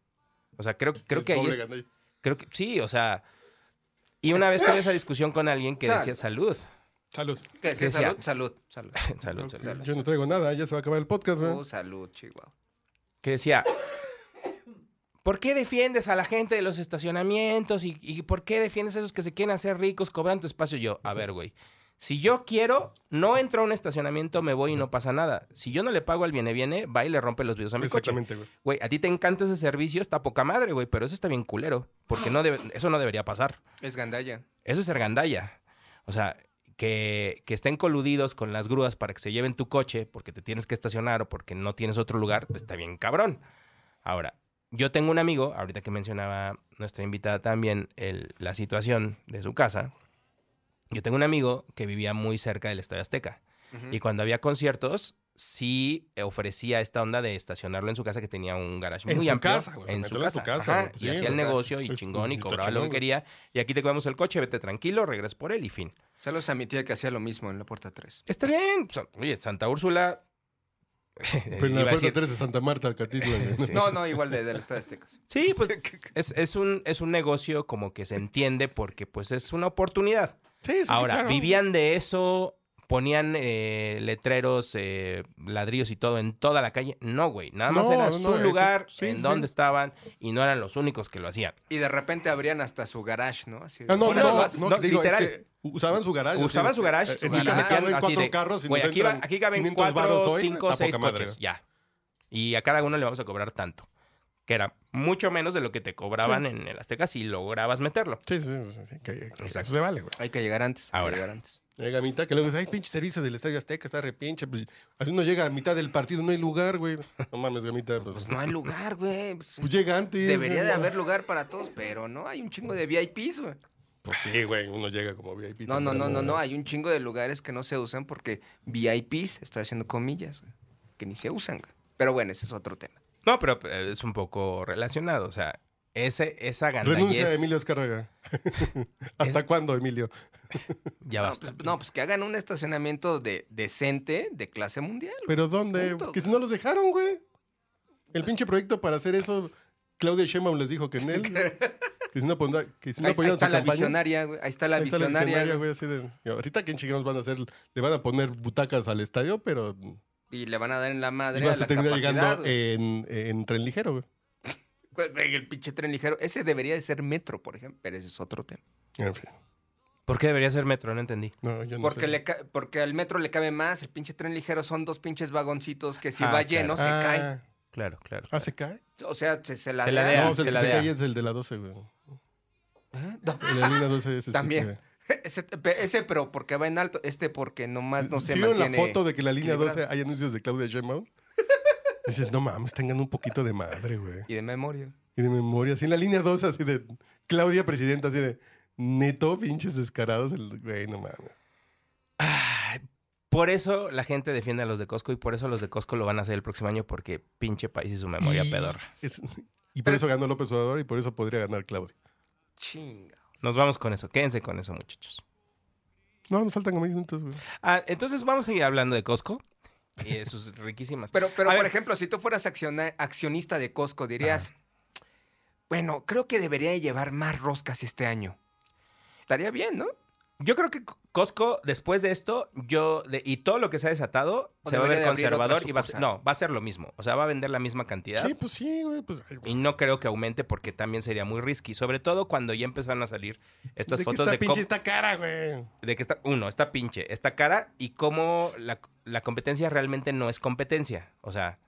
Speaker 5: O sea, creo, creo
Speaker 4: El
Speaker 5: que ahí
Speaker 4: pobre
Speaker 5: es-
Speaker 4: gandalla.
Speaker 5: creo que sí, o sea, y una vez tuve esa discusión con alguien que
Speaker 6: Claro.
Speaker 5: decía salud.
Speaker 4: Salud.
Speaker 6: ¿Qué decía?
Speaker 5: decía?
Speaker 6: Salud, salud, salud.
Speaker 5: salud, salud.
Speaker 4: Yo no traigo nada, ya se va a acabar el podcast, güey.
Speaker 6: Oh, salud, Chihuahua.
Speaker 5: que decía, ¿por qué defiendes a la gente de los estacionamientos y, y por qué defiendes a esos que se quieren hacer ricos cobrando espacio? Yo, a ver, güey, si yo quiero, no entro a un estacionamiento, me voy y no pasa nada. Si yo no le pago al viene-viene, va y le rompe los vidrios a mi coche.
Speaker 4: Exactamente, güey.
Speaker 5: Güey, a ti te encanta ese servicio, está poca madre, güey, pero eso está bien culero, porque no debe- eso no debería pasar.
Speaker 6: Es gandalla.
Speaker 5: Eso es ergandalla. O sea, que, que estén coludidos con las grúas para que se lleven tu coche porque te tienes que estacionar o porque no tienes otro lugar, está bien cabrón. Ahora, yo tengo un amigo, ahorita que mencionaba nuestra invitada también el- la situación de su casa, yo tengo un amigo que vivía muy cerca del Estadio Azteca y cuando había conciertos sí ofrecía esta onda de estacionarlo en su casa que tenía un garage
Speaker 4: En
Speaker 5: muy
Speaker 4: su
Speaker 5: amplio
Speaker 4: casa, güey,
Speaker 5: en
Speaker 4: se
Speaker 5: su
Speaker 4: metió en
Speaker 5: casa,
Speaker 4: su casa,
Speaker 5: ajá,
Speaker 4: güey, pues
Speaker 5: y
Speaker 4: sí, en
Speaker 5: hacía
Speaker 4: su
Speaker 5: el
Speaker 4: casa.
Speaker 5: negocio y
Speaker 4: Pues,
Speaker 5: chingón y
Speaker 4: está
Speaker 5: cobraba lo que
Speaker 4: chingón, güey.
Speaker 5: quería y aquí te llevamos el coche, vete tranquilo, regresas por él y fin.
Speaker 6: Saludos a mi tía que hacía lo mismo en la puerta 3.
Speaker 5: Está bien. Sa- Oye, Santa pues, Úrsula
Speaker 4: Pero en
Speaker 5: Eh, Iba
Speaker 4: la
Speaker 5: a
Speaker 4: puerta
Speaker 5: decir-
Speaker 4: 3 de Santa Marta, Alcatitlan.
Speaker 5: Sí.
Speaker 6: No, no, igual de, del Estado Azteca.
Speaker 5: Sí, pues es, es un, es un negocio como que se entiende porque pues es una oportunidad.
Speaker 4: Sí, sí, sí,
Speaker 5: Ahora,
Speaker 4: claro.
Speaker 5: vivían de eso, ponían eh, letreros, eh, ladrillos y todo en toda la calle. No, güey, nada más
Speaker 4: No,
Speaker 5: era
Speaker 4: no,
Speaker 5: su
Speaker 4: eso-
Speaker 5: lugar,
Speaker 4: sí,
Speaker 5: en
Speaker 4: sí.
Speaker 5: donde estaban y no eran los únicos que lo hacían.
Speaker 6: Y de repente abrían hasta su garage, ¿no? Así de-
Speaker 4: Ah, no,
Speaker 5: Sí,
Speaker 4: no,
Speaker 5: no,
Speaker 4: no,
Speaker 5: no, no,
Speaker 4: digo, es
Speaker 5: literal.
Speaker 4: que usaban su garage.
Speaker 5: Usaban
Speaker 4: así,
Speaker 5: su garage,
Speaker 4: eh,
Speaker 5: su
Speaker 4: en
Speaker 5: garage,
Speaker 4: mi casa caben
Speaker 5: así
Speaker 4: cuatro
Speaker 5: de,
Speaker 4: carros y
Speaker 5: güey,
Speaker 4: nos
Speaker 5: aquí, va-
Speaker 4: entran
Speaker 5: aquí caben
Speaker 4: 500 varos
Speaker 5: cuatro,
Speaker 4: hoy,
Speaker 5: cinco,
Speaker 4: está
Speaker 5: seis
Speaker 4: poca madre.
Speaker 5: coches, ya. Y a cada uno le vamos a cobrar tanto. Que era mucho menos de lo que te cobraban en el Azteca si lograbas meterlo.
Speaker 4: Sí, sí, sí, sí, que- que- que
Speaker 5: Exacto.
Speaker 4: eso se vale, güey.
Speaker 6: Hay que llegar antes. hay que
Speaker 5: Ahora.
Speaker 6: llegar antes.
Speaker 4: Hay gamita que luego dice, ay, pinche servicio del Estadio Azteca, está repinche. Pues, así uno llega a mitad del partido, no hay lugar, güey. No mames, gamita. Pues,
Speaker 6: Pues no hay lugar, güey. Pues,
Speaker 4: pues llega antes.
Speaker 6: debería
Speaker 4: güey.
Speaker 6: de haber lugar para todos, pero no, hay un chingo de VIPs, güey.
Speaker 4: Pues sí, güey, uno llega como VIP.
Speaker 6: No, no, no,
Speaker 4: temprano,
Speaker 6: no, no,
Speaker 4: güey.
Speaker 6: hay un chingo de lugares que no se usan porque VIPs está haciendo comillas, güey, que ni se usan, güey. Pero bueno, ese es otro tema.
Speaker 5: No, pero eh, es un poco relacionado. O sea, ese, esa
Speaker 4: Renuncia a
Speaker 5: gandallez
Speaker 4: Emilio Escárraga. ¿Hasta cuándo, Emilio?
Speaker 5: ya
Speaker 6: No
Speaker 5: basta.
Speaker 6: pues, no, pues que hagan un estacionamiento de, decente de clase mundial.
Speaker 4: ¿Pero dónde?
Speaker 6: Punto,
Speaker 4: Que si no los dejaron, güey. El pinche proyecto para hacer eso, Claudia Sheinbaum les dijo que en él. que si no, pondrá, que si no
Speaker 6: Ahí, ahí
Speaker 4: apoyaron
Speaker 6: está
Speaker 4: su
Speaker 6: la
Speaker 4: campaña,
Speaker 6: visionaria, güey. Ahí está la
Speaker 4: ahí está
Speaker 6: visionaria. güey.
Speaker 4: güey, así de. y ahorita, ¿quién chingados van a hacer? Le van a poner butacas al estadio, pero
Speaker 6: Y le van a dar en la madre a
Speaker 4: vas
Speaker 6: la
Speaker 4: a terminar
Speaker 6: capacidad,
Speaker 4: llegando eh.
Speaker 6: güey.
Speaker 4: en, en tren ligero, güey.
Speaker 6: Güey, güey, El pinche tren ligero. Ese debería de ser metro, por ejemplo. Pero ese es otro tema.
Speaker 4: En fin.
Speaker 5: ¿Por qué debería ser metro? No entendí.
Speaker 4: No, yo no
Speaker 6: Porque,
Speaker 4: sé.
Speaker 6: le ca- porque al metro le cabe más. El pinche tren ligero son dos pinches vagoncitos que si
Speaker 5: Ah,
Speaker 6: va
Speaker 5: claro.
Speaker 6: lleno se
Speaker 4: ah,
Speaker 6: cae.
Speaker 5: Claro, claro.
Speaker 4: Ah, ¿se cae?
Speaker 6: O sea, se, se la
Speaker 5: Se la
Speaker 6: da.
Speaker 5: dea,
Speaker 4: no,
Speaker 5: se
Speaker 4: el
Speaker 5: la
Speaker 4: que se
Speaker 5: dea.
Speaker 4: cae es el de la 12, güey.
Speaker 6: ¿Eh? No.
Speaker 4: El de la línea 12 ese sí
Speaker 6: También.
Speaker 4: que-
Speaker 6: Ese, pe- ese, pero porque va en alto. Este porque nomás no se
Speaker 4: ¿Sí vieron
Speaker 6: mantiene.
Speaker 4: la foto de que en la línea
Speaker 6: equilibrado.
Speaker 4: 12 hay anuncios de Claudia Sheinbaum? Dices, no mames, tengan un poquito de madre, güey.
Speaker 6: Y de memoria.
Speaker 4: Y de memoria, así en la línea 12, así de Claudia Presidenta, así de neto, pinches descarados, el güey, no mames.
Speaker 5: Por eso la gente defiende a los de Costco y por eso los de Costco lo van a hacer el próximo año porque pinche país y su memoria pedorra.
Speaker 4: Es- y por eso ganó López Obrador y por eso podría ganar Claudia.
Speaker 6: Chinga.
Speaker 5: Nos vamos con eso. Quédense con eso, muchachos.
Speaker 4: No, nos faltan como 10 minutos, güey.
Speaker 5: Ah, entonces vamos a seguir hablando de Costco y de sus riquísimas.
Speaker 6: Pero, pero
Speaker 5: A
Speaker 6: por
Speaker 5: ver.
Speaker 6: ejemplo, si tú fueras acciona- accionista de Costco, dirías, bueno, creo que debería de llevar más roscas este año. Estaría bien, ¿no?
Speaker 5: Yo creo que Co- Costco, después de esto, yo de- y todo lo que se ha desatado,
Speaker 6: O
Speaker 5: se va a ver
Speaker 6: debería de abrir otra
Speaker 5: conservador y va a ser,
Speaker 6: sucursal.
Speaker 5: no, va a ser lo mismo. O sea, va a vender la misma cantidad.
Speaker 4: Sí, pues sí, güey. Pues, ay,
Speaker 5: Y no creo que aumente porque también sería muy risky. Sobre todo cuando ya empezaron a salir estas
Speaker 4: de que
Speaker 5: fotos
Speaker 4: está
Speaker 5: de,
Speaker 4: pinche
Speaker 5: cómo-
Speaker 4: esta cara, güey.
Speaker 5: de que está, uno, está pinche, está cara y cómo la, la competencia realmente no es competencia. O sea,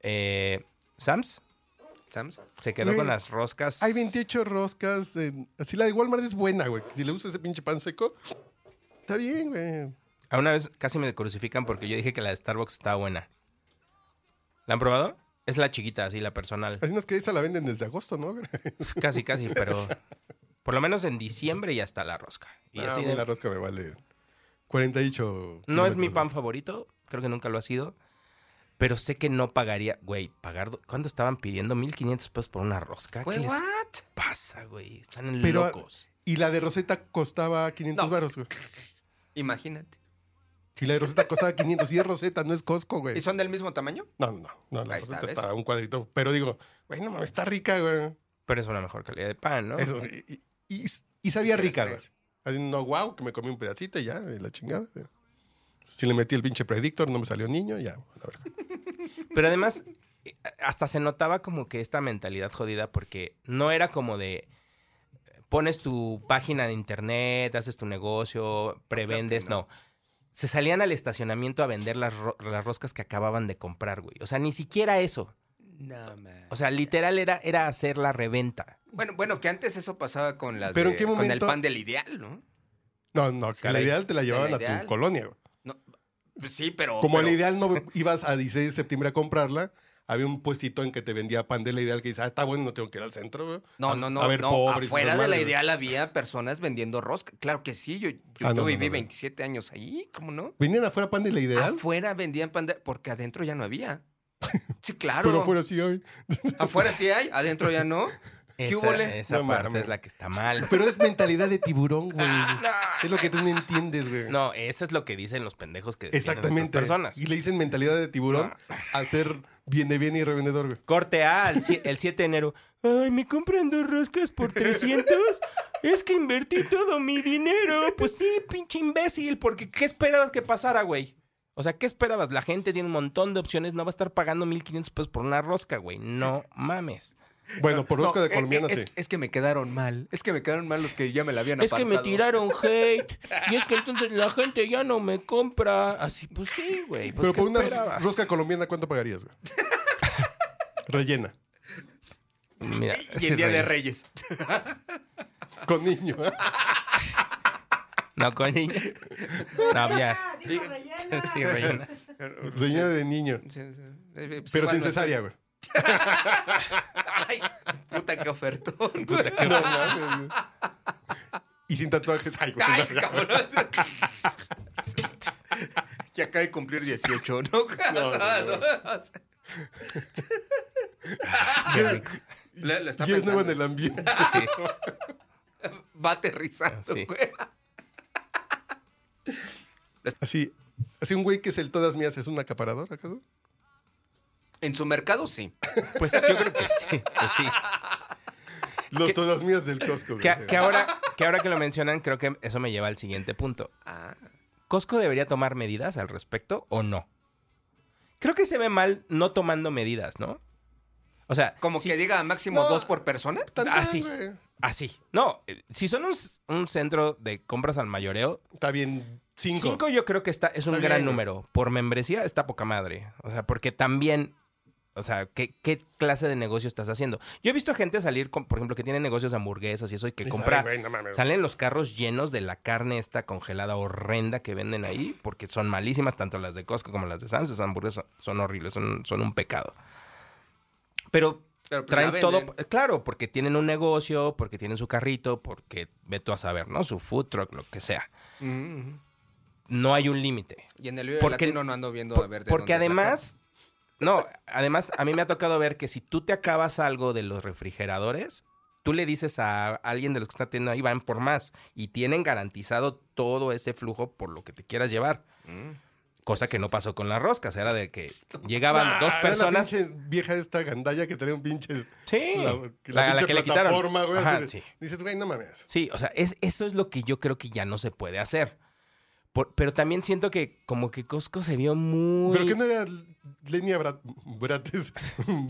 Speaker 5: eh, Sams
Speaker 4: Ah,
Speaker 6: ¿Sabes?
Speaker 5: se quedó
Speaker 4: Güey,
Speaker 5: con las roscas.
Speaker 4: Hay 28 roscas. en- así la de Walmart es buena, güey. Si le usas ese pinche pan seco, está bien, güey.
Speaker 5: A Ah, una vez casi me crucifican porque yo dije que la de Starbucks estaba buena. ¿La han probado? Es la chiquita, así, la personal.
Speaker 4: Así nos que esa la venden desde agosto, ¿no?
Speaker 5: Casi, casi, pero por lo menos en diciembre ya está la rosca. Y
Speaker 4: Ah,
Speaker 5: así
Speaker 4: güey,
Speaker 5: de-
Speaker 4: la rosca me vale 48.
Speaker 5: No es mi
Speaker 4: kilómetros,
Speaker 5: pan
Speaker 4: güey.
Speaker 5: favorito, creo que nunca lo ha sido, pero sé que no pagaría, güey, pagar, ¿cuándo estaban pidiendo 1500 pesos por una rosca? ¿Qué
Speaker 6: Güey,
Speaker 5: les
Speaker 6: ¿what?
Speaker 5: pasa, güey? Están
Speaker 4: Pero-
Speaker 5: locos.
Speaker 4: Y la de Rosetta costaba 500
Speaker 6: No.
Speaker 4: varos, güey.
Speaker 6: Imagínate.
Speaker 4: Si la de Rosetta costaba 500, y es Rosetta, no es Costco,
Speaker 6: ¿Y
Speaker 4: güey.
Speaker 6: son del mismo tamaño?
Speaker 4: No, no, no, no. La
Speaker 6: Ahí está,
Speaker 4: Rosetta
Speaker 6: ¿ves?
Speaker 4: está un cuadrito. Pero digo, güey, no mames, está rica, güey.
Speaker 5: Pero es una mejor calidad de pan, ¿no?
Speaker 4: Eso, y, y- y- y sabía
Speaker 6: Quisieras
Speaker 4: rica, güey.
Speaker 6: creer.
Speaker 4: Así, no, wow, que me comí un pedacito y ya, de la chingada. güey. Si le metí el pinche predictor, no me salió niño, ya, a ver.
Speaker 5: Pero además, eh, hasta se notaba como que esta mentalidad jodida, porque no era como de. eh, Pones tu página de internet, haces tu negocio, prevendes, no.
Speaker 6: no.
Speaker 5: Se salían al estacionamiento a vender las, ro- las roscas que acababan de comprar, güey. O sea, ni siquiera eso.
Speaker 6: No, man.
Speaker 5: O sea, literal era, era hacer la reventa.
Speaker 6: bueno, bueno, que antes eso pasaba con las
Speaker 4: Pero
Speaker 6: de-
Speaker 4: ¿en qué
Speaker 6: con el
Speaker 4: momento?
Speaker 6: pan del ideal, ¿no?
Speaker 4: No, no, que la
Speaker 5: Caray.
Speaker 4: ideal te la llevaban
Speaker 6: la
Speaker 4: a
Speaker 6: ideal.
Speaker 4: tu colonia, güey.
Speaker 6: Pues sí, pero
Speaker 4: Como
Speaker 6: pero-
Speaker 4: la ideal no ibas a 16 de septiembre a comprarla, había un puestito en que te vendía pan de la ideal que dices, ah, está bueno, no tengo que ir al centro, güey.
Speaker 6: No,
Speaker 4: A-
Speaker 6: no, no,
Speaker 4: a ver
Speaker 6: no.
Speaker 4: pobres,
Speaker 6: Afuera
Speaker 4: esas
Speaker 6: de la
Speaker 4: madres,
Speaker 6: ideal había personas vendiendo rosca. Claro que sí, yo, yo-
Speaker 4: Ah, no,
Speaker 6: yo
Speaker 4: no, no,
Speaker 6: viví
Speaker 4: no.
Speaker 6: 27 años ahí, ¿cómo no?
Speaker 4: güey. ¿Vendían afuera pan de la ideal?
Speaker 6: Afuera vendían pan de- porque adentro ya no había. Sí, claro.
Speaker 4: Pero afuera sí hay.
Speaker 6: Afuera sí hay, adentro ya no.
Speaker 5: Esa,
Speaker 6: húbole?
Speaker 5: esa
Speaker 4: No
Speaker 5: parte
Speaker 4: mames.
Speaker 5: es la que está mal.
Speaker 4: Pero es mentalidad de tiburón, güey. Es lo que tú no entiendes, güey.
Speaker 5: No, eso es lo que dicen los pendejos que defienden a estas
Speaker 4: Exactamente.
Speaker 5: personas.
Speaker 4: Y le dicen mentalidad de tiburón a ser viene bien y revendedor, güey.
Speaker 5: Corte A el, sie- el 7 de enero. Ay, me compran dos roscas por 300. Es que invertí todo mi dinero. Pues sí, pinche imbécil, porque ¿qué esperabas que pasara, güey? O sea, ¿qué esperabas? La gente tiene un montón de opciones, no va a estar pagando 1500 pesos por una rosca, güey. No mames.
Speaker 4: Bueno, por Oscar
Speaker 6: No,
Speaker 4: de colombiana,
Speaker 6: eh, eh,
Speaker 4: sí.
Speaker 6: es, es que me quedaron mal. Es que me quedaron mal los que ya me la habían
Speaker 5: Es que me
Speaker 6: apartado.
Speaker 5: tiraron hate y es que entonces la gente ya no me compra. Así, pues sí, güey. Pues,
Speaker 4: Pero
Speaker 5: ¿qué
Speaker 4: por una
Speaker 5: esperabas?
Speaker 4: rosca colombiana, ¿cuánto pagarías, güey? Rellena.
Speaker 5: Mira,
Speaker 6: Y el Día
Speaker 5: sí,
Speaker 6: de
Speaker 5: rey.
Speaker 6: Reyes.
Speaker 4: Con niño. ¿eh?
Speaker 5: No, con niña. No, ya. Sí, rellena.
Speaker 4: Rellena de niño. Pero sin cesárea, güey.
Speaker 6: Ay, puta qué ofertón.
Speaker 4: No mames, güey. Y sin tatuajes. Ay, güey.
Speaker 6: Ay,
Speaker 4: no, no.
Speaker 6: cabrón. Que acaba de cumplir 18, ¿no?
Speaker 4: No, no,
Speaker 6: Le- le está
Speaker 4: y es nuevo en
Speaker 6: pensando.
Speaker 4: el ambiente.
Speaker 5: Sí.
Speaker 6: Va aterrizando,
Speaker 5: Ah, Sí.
Speaker 6: güey.
Speaker 4: Así. Así un güey que es el todas mías es un acaparador, ¿acaso?
Speaker 6: En su mercado, sí.
Speaker 5: Pues yo creo que sí, pues sí.
Speaker 4: Los
Speaker 5: Que-
Speaker 4: todas mías del Costco, güey.
Speaker 5: Que, que ahora, que ahora que lo mencionan, creo que eso me lleva al siguiente punto.
Speaker 6: Ah.
Speaker 5: ¿Costco debería tomar medidas al respecto o no? Creo que se ve mal no tomando medidas, ¿no? O sea,
Speaker 6: Como
Speaker 5: si-
Speaker 6: que diga máximo
Speaker 4: No.
Speaker 6: dos por persona.
Speaker 4: Tantán,
Speaker 5: Ah, sí.
Speaker 4: güey.
Speaker 5: así. No, eh, si son un, s- un centro de compras al mayoreo,
Speaker 4: Está bien. Cinco.
Speaker 5: cinco yo creo que está, es un
Speaker 4: Está
Speaker 5: gran
Speaker 4: bien, güey.
Speaker 5: número. Por membresía está poca madre. O sea, porque también, o sea, ¿qué, qué clase de negocio estás haciendo? Yo he visto gente salir, con, por ejemplo, que tiene negocios de hamburguesas y eso, y que
Speaker 4: Ay,
Speaker 5: compra
Speaker 4: güey, no mames.
Speaker 5: Salen los carros llenos de la carne esta congelada horrenda que venden ahí, porque son malísimas, tanto las de Costco como las de Sam's. Esas hamburguesas son, son horribles, son, son un pecado. Pero
Speaker 6: Pero pues
Speaker 5: traen
Speaker 6: la
Speaker 5: todo,
Speaker 6: venden.
Speaker 5: claro, porque tienen un negocio, porque tienen su carrito, porque ve tú a saber, ¿no? Su food truck, lo que sea.
Speaker 6: Mm.
Speaker 5: No hay un límite.
Speaker 6: Y en el video
Speaker 5: Porque-
Speaker 6: latino no ando viendo
Speaker 5: Por-
Speaker 6: a ver de
Speaker 5: porque
Speaker 6: dónde es la
Speaker 5: además, no, además a mí me ha tocado ver que si tú te acabas algo de los refrigeradores, tú le dices a alguien de los que están teniendo ahí, van por más y tienen garantizado todo ese flujo por lo que te quieras llevar.
Speaker 6: Mm.
Speaker 5: Cosa que no pasó con las roscas, era de que
Speaker 4: Ah,
Speaker 5: llegaban dos
Speaker 4: era
Speaker 5: personas.
Speaker 4: La pinche vieja esta gandalla que trae un pinche.
Speaker 5: Sí,
Speaker 4: La,
Speaker 5: la- la
Speaker 4: pinche
Speaker 5: que le quitaron.
Speaker 4: plataforma, güey.
Speaker 5: Ajá,
Speaker 4: así de-
Speaker 5: sí.
Speaker 4: Dices, güey, no mames.
Speaker 5: Sí, o sea, es, eso es lo que yo creo que ya no se puede hacer. Por- pero también siento que como que Costco se vio muy...
Speaker 4: ¿Pero qué no era Lenia Brat- Brates?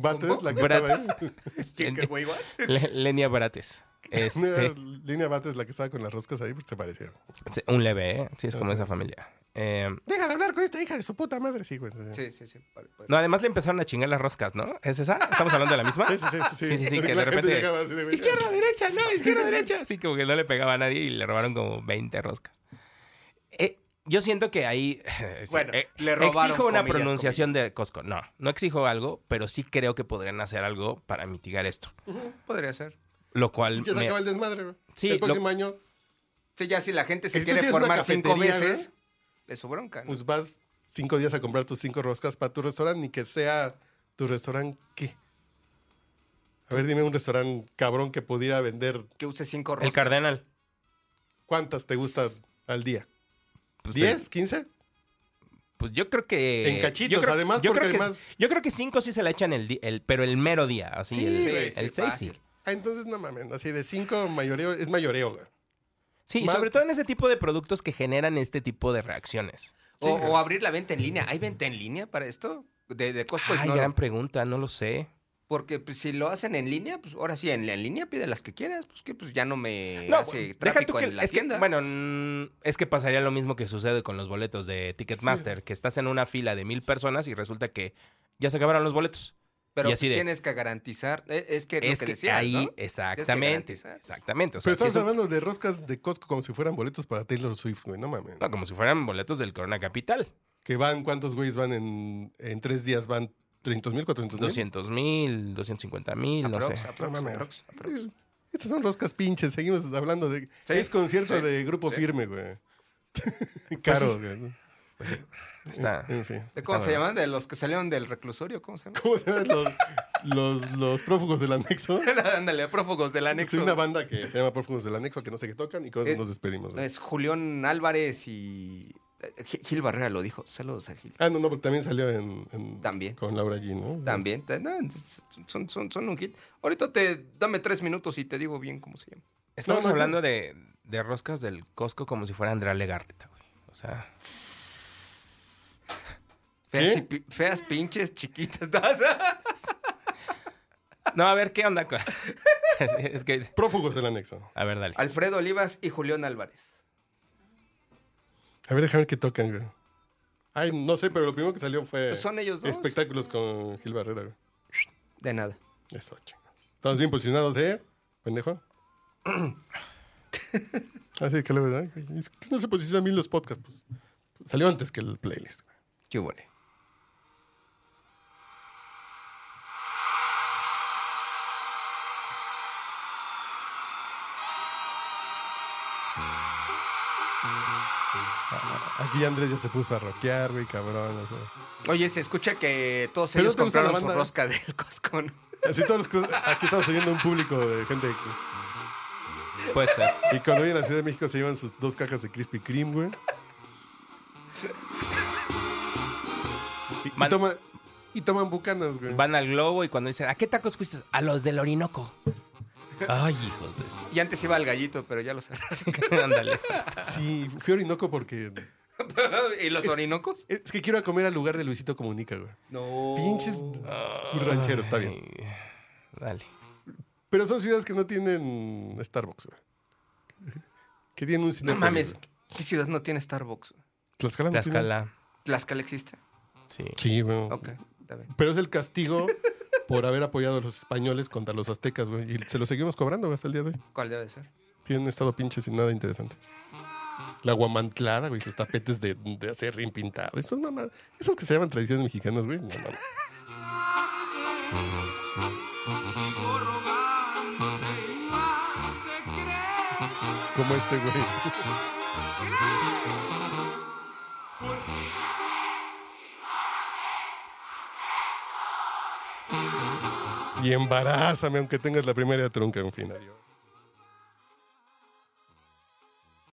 Speaker 4: ¿Batres? La que
Speaker 5: ¿Brates?
Speaker 4: estaba ahí?
Speaker 6: ¿Qué, qué, güey, what?
Speaker 5: Le- Lenia Barates.
Speaker 4: ¿No era
Speaker 5: Este...
Speaker 4: Lenia Batres la que estaba con las roscas ahí? Porque se parecieron.
Speaker 5: Sí, Un leve, ¿eh? Sí, es como
Speaker 4: Ajá.
Speaker 5: esa familia. Eh,
Speaker 4: Deja de hablar con esta hija de su puta madre. Sí, güey. Sí,
Speaker 6: Sí, sí, sí. Vale, vale.
Speaker 5: no, además le empezaron a chingar las roscas, ¿no? ¿Es esa? ¿Estamos hablando de la misma?
Speaker 4: sí, sí. sí,
Speaker 5: Sí, sí, sí,
Speaker 4: Porque
Speaker 5: que de
Speaker 4: la gente
Speaker 5: repente-
Speaker 4: llegaba así de, güey,
Speaker 5: Izquierda, derecha, no, izquierda, derecha. Así como que no le pegaba a nadie y le robaron como 20 roscas. Eh, yo siento que ahí...
Speaker 6: Bueno,
Speaker 5: eh,
Speaker 6: le robaron.
Speaker 5: exijo una
Speaker 6: comillas,
Speaker 5: pronunciación
Speaker 6: comillas.
Speaker 5: de Costco. No, no exijo algo, pero sí creo que podrían hacer algo para mitigar esto.
Speaker 6: Podría ser.
Speaker 5: Lo cual...
Speaker 4: Ya se
Speaker 5: me-
Speaker 4: acaba el desmadre, güey.
Speaker 5: Sí,
Speaker 4: el
Speaker 5: lo-
Speaker 4: próximo año,
Speaker 6: Sí, ya si la gente se
Speaker 4: Si tú
Speaker 6: quiere
Speaker 4: tienes una
Speaker 6: formar cinco
Speaker 4: cafetería,
Speaker 6: veces, es su bronca. ¿no?
Speaker 4: pues vas cinco días a comprar tus cinco roscas para tu restaurante. Ni que sea tu restaurante, ¿qué? A ver, dime un restaurante cabrón que pudiera vender.
Speaker 6: que use cinco roscas.
Speaker 5: El cardenal.
Speaker 4: ¿Cuántas te gustan al día?
Speaker 5: Pues,
Speaker 4: ¿10?
Speaker 5: eh,
Speaker 4: ¿15?
Speaker 5: Pues yo creo que...
Speaker 4: En cachitos,
Speaker 5: yo creo-
Speaker 4: además,
Speaker 5: yo
Speaker 4: porque
Speaker 5: creo que,
Speaker 4: además-
Speaker 5: Yo creo que cinco sí se la echan el, di- el- pero el mero día. Así,
Speaker 4: Sí,
Speaker 5: el,
Speaker 4: güey,
Speaker 5: el
Speaker 6: sí,
Speaker 5: seis
Speaker 6: fácil.
Speaker 5: sí.
Speaker 4: Ah, entonces no mames, así de 5 mayoreo, es mayoreo, güey.
Speaker 5: Sí, y
Speaker 4: Más-
Speaker 5: sobre todo en ese tipo de productos que generan este tipo de reacciones.
Speaker 6: O, o abrir la venta en línea. ¿Hay venta en línea para esto? De, de Costco
Speaker 5: Ay,
Speaker 6: ignoro.
Speaker 5: gran pregunta, no lo sé.
Speaker 6: Porque pues, si lo hacen en línea, pues ahora sí, en, en línea pide las que quieras. Pues que pues ya no me
Speaker 5: No,
Speaker 6: hace
Speaker 5: deja tú
Speaker 6: tráfico
Speaker 5: que,
Speaker 6: en la
Speaker 5: es que-
Speaker 6: tienda.
Speaker 5: bueno, mm, es que pasaría lo mismo que sucede con los boletos de Ticketmaster, que estás en una fila de mil personas y resulta que ya se acabaron los boletos.
Speaker 6: Pero
Speaker 5: y
Speaker 6: pues,
Speaker 5: así de-
Speaker 6: tienes que garantizar. eh, Es que
Speaker 5: es
Speaker 6: lo
Speaker 5: que,
Speaker 6: que decías,
Speaker 5: ahí,
Speaker 6: ¿no?
Speaker 5: exactamente,
Speaker 6: garantizar.
Speaker 5: exactamente. O
Speaker 4: Pero
Speaker 5: sea, sí
Speaker 4: estamos
Speaker 5: es un-
Speaker 4: hablando de roscas de Costco como si fueran boletos para Taylor Swift, güey, no mames.
Speaker 5: no, como si fueran boletos del Corona Capital.
Speaker 4: Que van, ¿cuántos güeyes van en, en tres días? ¿Van 300 mil, 400 mil?
Speaker 5: 200 mil, 250 mil, no sé.
Speaker 6: Aprox,
Speaker 4: No
Speaker 6: aprox,
Speaker 4: mames.
Speaker 6: aprox, aprox.
Speaker 4: Estas son roscas pinches, seguimos hablando de...
Speaker 6: Sí,
Speaker 4: es concierto
Speaker 6: sí, Pues
Speaker 4: de grupo
Speaker 6: sí.
Speaker 4: firme, güey. Caro, güey.
Speaker 5: Pues sí, está.
Speaker 4: En fin.
Speaker 6: ¿De ¿Cómo
Speaker 5: Está
Speaker 6: se
Speaker 5: bueno.
Speaker 6: llaman? ¿De los que salieron del reclusorio? ¿Cómo se llama?
Speaker 4: ¿Cómo se llaman los, los, los prófugos del anexo?
Speaker 6: Ándale, prófugos del
Speaker 4: Es
Speaker 6: anexo.
Speaker 4: una banda que se llama Prófugos del Anexo, que no sé qué tocan y con eso
Speaker 6: Eh,
Speaker 4: nos despedimos. güey.
Speaker 6: Es Julián Álvarez y. eh, Gil Gil Barrera lo dijo. Saludos a Gil.
Speaker 4: Ah, no, no, porque también salió en, en-
Speaker 6: También.
Speaker 4: con Laura G, ¿no?
Speaker 6: También. ta- no, entonces, son, son, son un hit. Ahorita te dame tres minutos y te digo bien cómo se llama.
Speaker 5: Estamos
Speaker 4: No, no,
Speaker 5: hablando de, de roscas del Costco como si fuera Andrea Legarreta, güey. O sea,
Speaker 6: Feas,
Speaker 4: ¿Sí?
Speaker 6: y pi- feas pinches chiquitas.
Speaker 5: no, a ver, ¿qué onda? con- es, es que,
Speaker 4: Prófugos del Anexo.
Speaker 5: a ver, dale.
Speaker 6: Alfredo Olivas y Julián Álvarez.
Speaker 4: A ver, déjame ver qué tocan, güey. Ay, no sé, pero lo primero que salió fue
Speaker 6: Pues son ellos dos.
Speaker 4: espectáculos con Gil Barrera, güey.
Speaker 6: De nada.
Speaker 4: Eso, chinga. Estamos bien posicionados, ¿eh, pendejo? Así que la verdad, güey, es que no se posicionan bien los podcasts. Pues. Salió antes que el playlist. güey.
Speaker 6: Qué bueno.
Speaker 4: Ah, Aquí Andrés ya se puso a rockear, güey, cabrón. o sea.
Speaker 6: Oye, se escucha que todos
Speaker 4: ¿Pero
Speaker 6: ellos
Speaker 4: no te gusta la
Speaker 6: compraron su
Speaker 4: banda?
Speaker 6: rosca del Costco. ¿no?
Speaker 4: Así todos los que- Aquí estamos oyendo un público de gente que...
Speaker 5: Puede ser.
Speaker 4: Y cuando vienen a la Ciudad de México se llevan sus dos cajas de Krispy Kreme, güey. Y, y
Speaker 5: Man-
Speaker 4: toma- y toman bucanas, güey.
Speaker 5: Van al globo y cuando dicen, ¿a qué tacos fuiste? A los del Orinoco. Ay, hijos de eso.
Speaker 6: Y antes iba al gallito, pero ya lo cerré.
Speaker 5: Ándale. exacto.
Speaker 4: Sí, fui a Orinoco porque...
Speaker 6: ¿Y los orinocos?
Speaker 4: Es que quiero a comer al lugar de Luisito Comunica, güey.
Speaker 6: No.
Speaker 4: Pinches rancheros, está bien.
Speaker 5: Ay, Dale.
Speaker 4: Pero son ciudades que no tienen Starbucks, güey. Que tienen un cine.
Speaker 6: No mames. ¿Qué ciudad no tiene Starbucks?
Speaker 4: Tlaxcala no tiene-
Speaker 5: Tlaxcala.
Speaker 6: ¿Tlaxcala existe?
Speaker 5: Sí.
Speaker 4: Sí, güey.
Speaker 6: Ok, está bien.
Speaker 4: Pero es el castigo por haber apoyado a los españoles contra los aztecas, güey. Y se lo seguimos cobrando, güey, hasta el día de hoy.
Speaker 6: ¿Cuál debe de ser?
Speaker 4: Tienen estado pinche sin nada interesante. La guamantlada, güey, sus tapetes de, de acerrín pintado. Esas mamadas, esas que se llaman tradiciones mexicanas, güey. no mames. Como este, güey. Y embarázame, aunque tengas la primera trunca, en fin, adiós.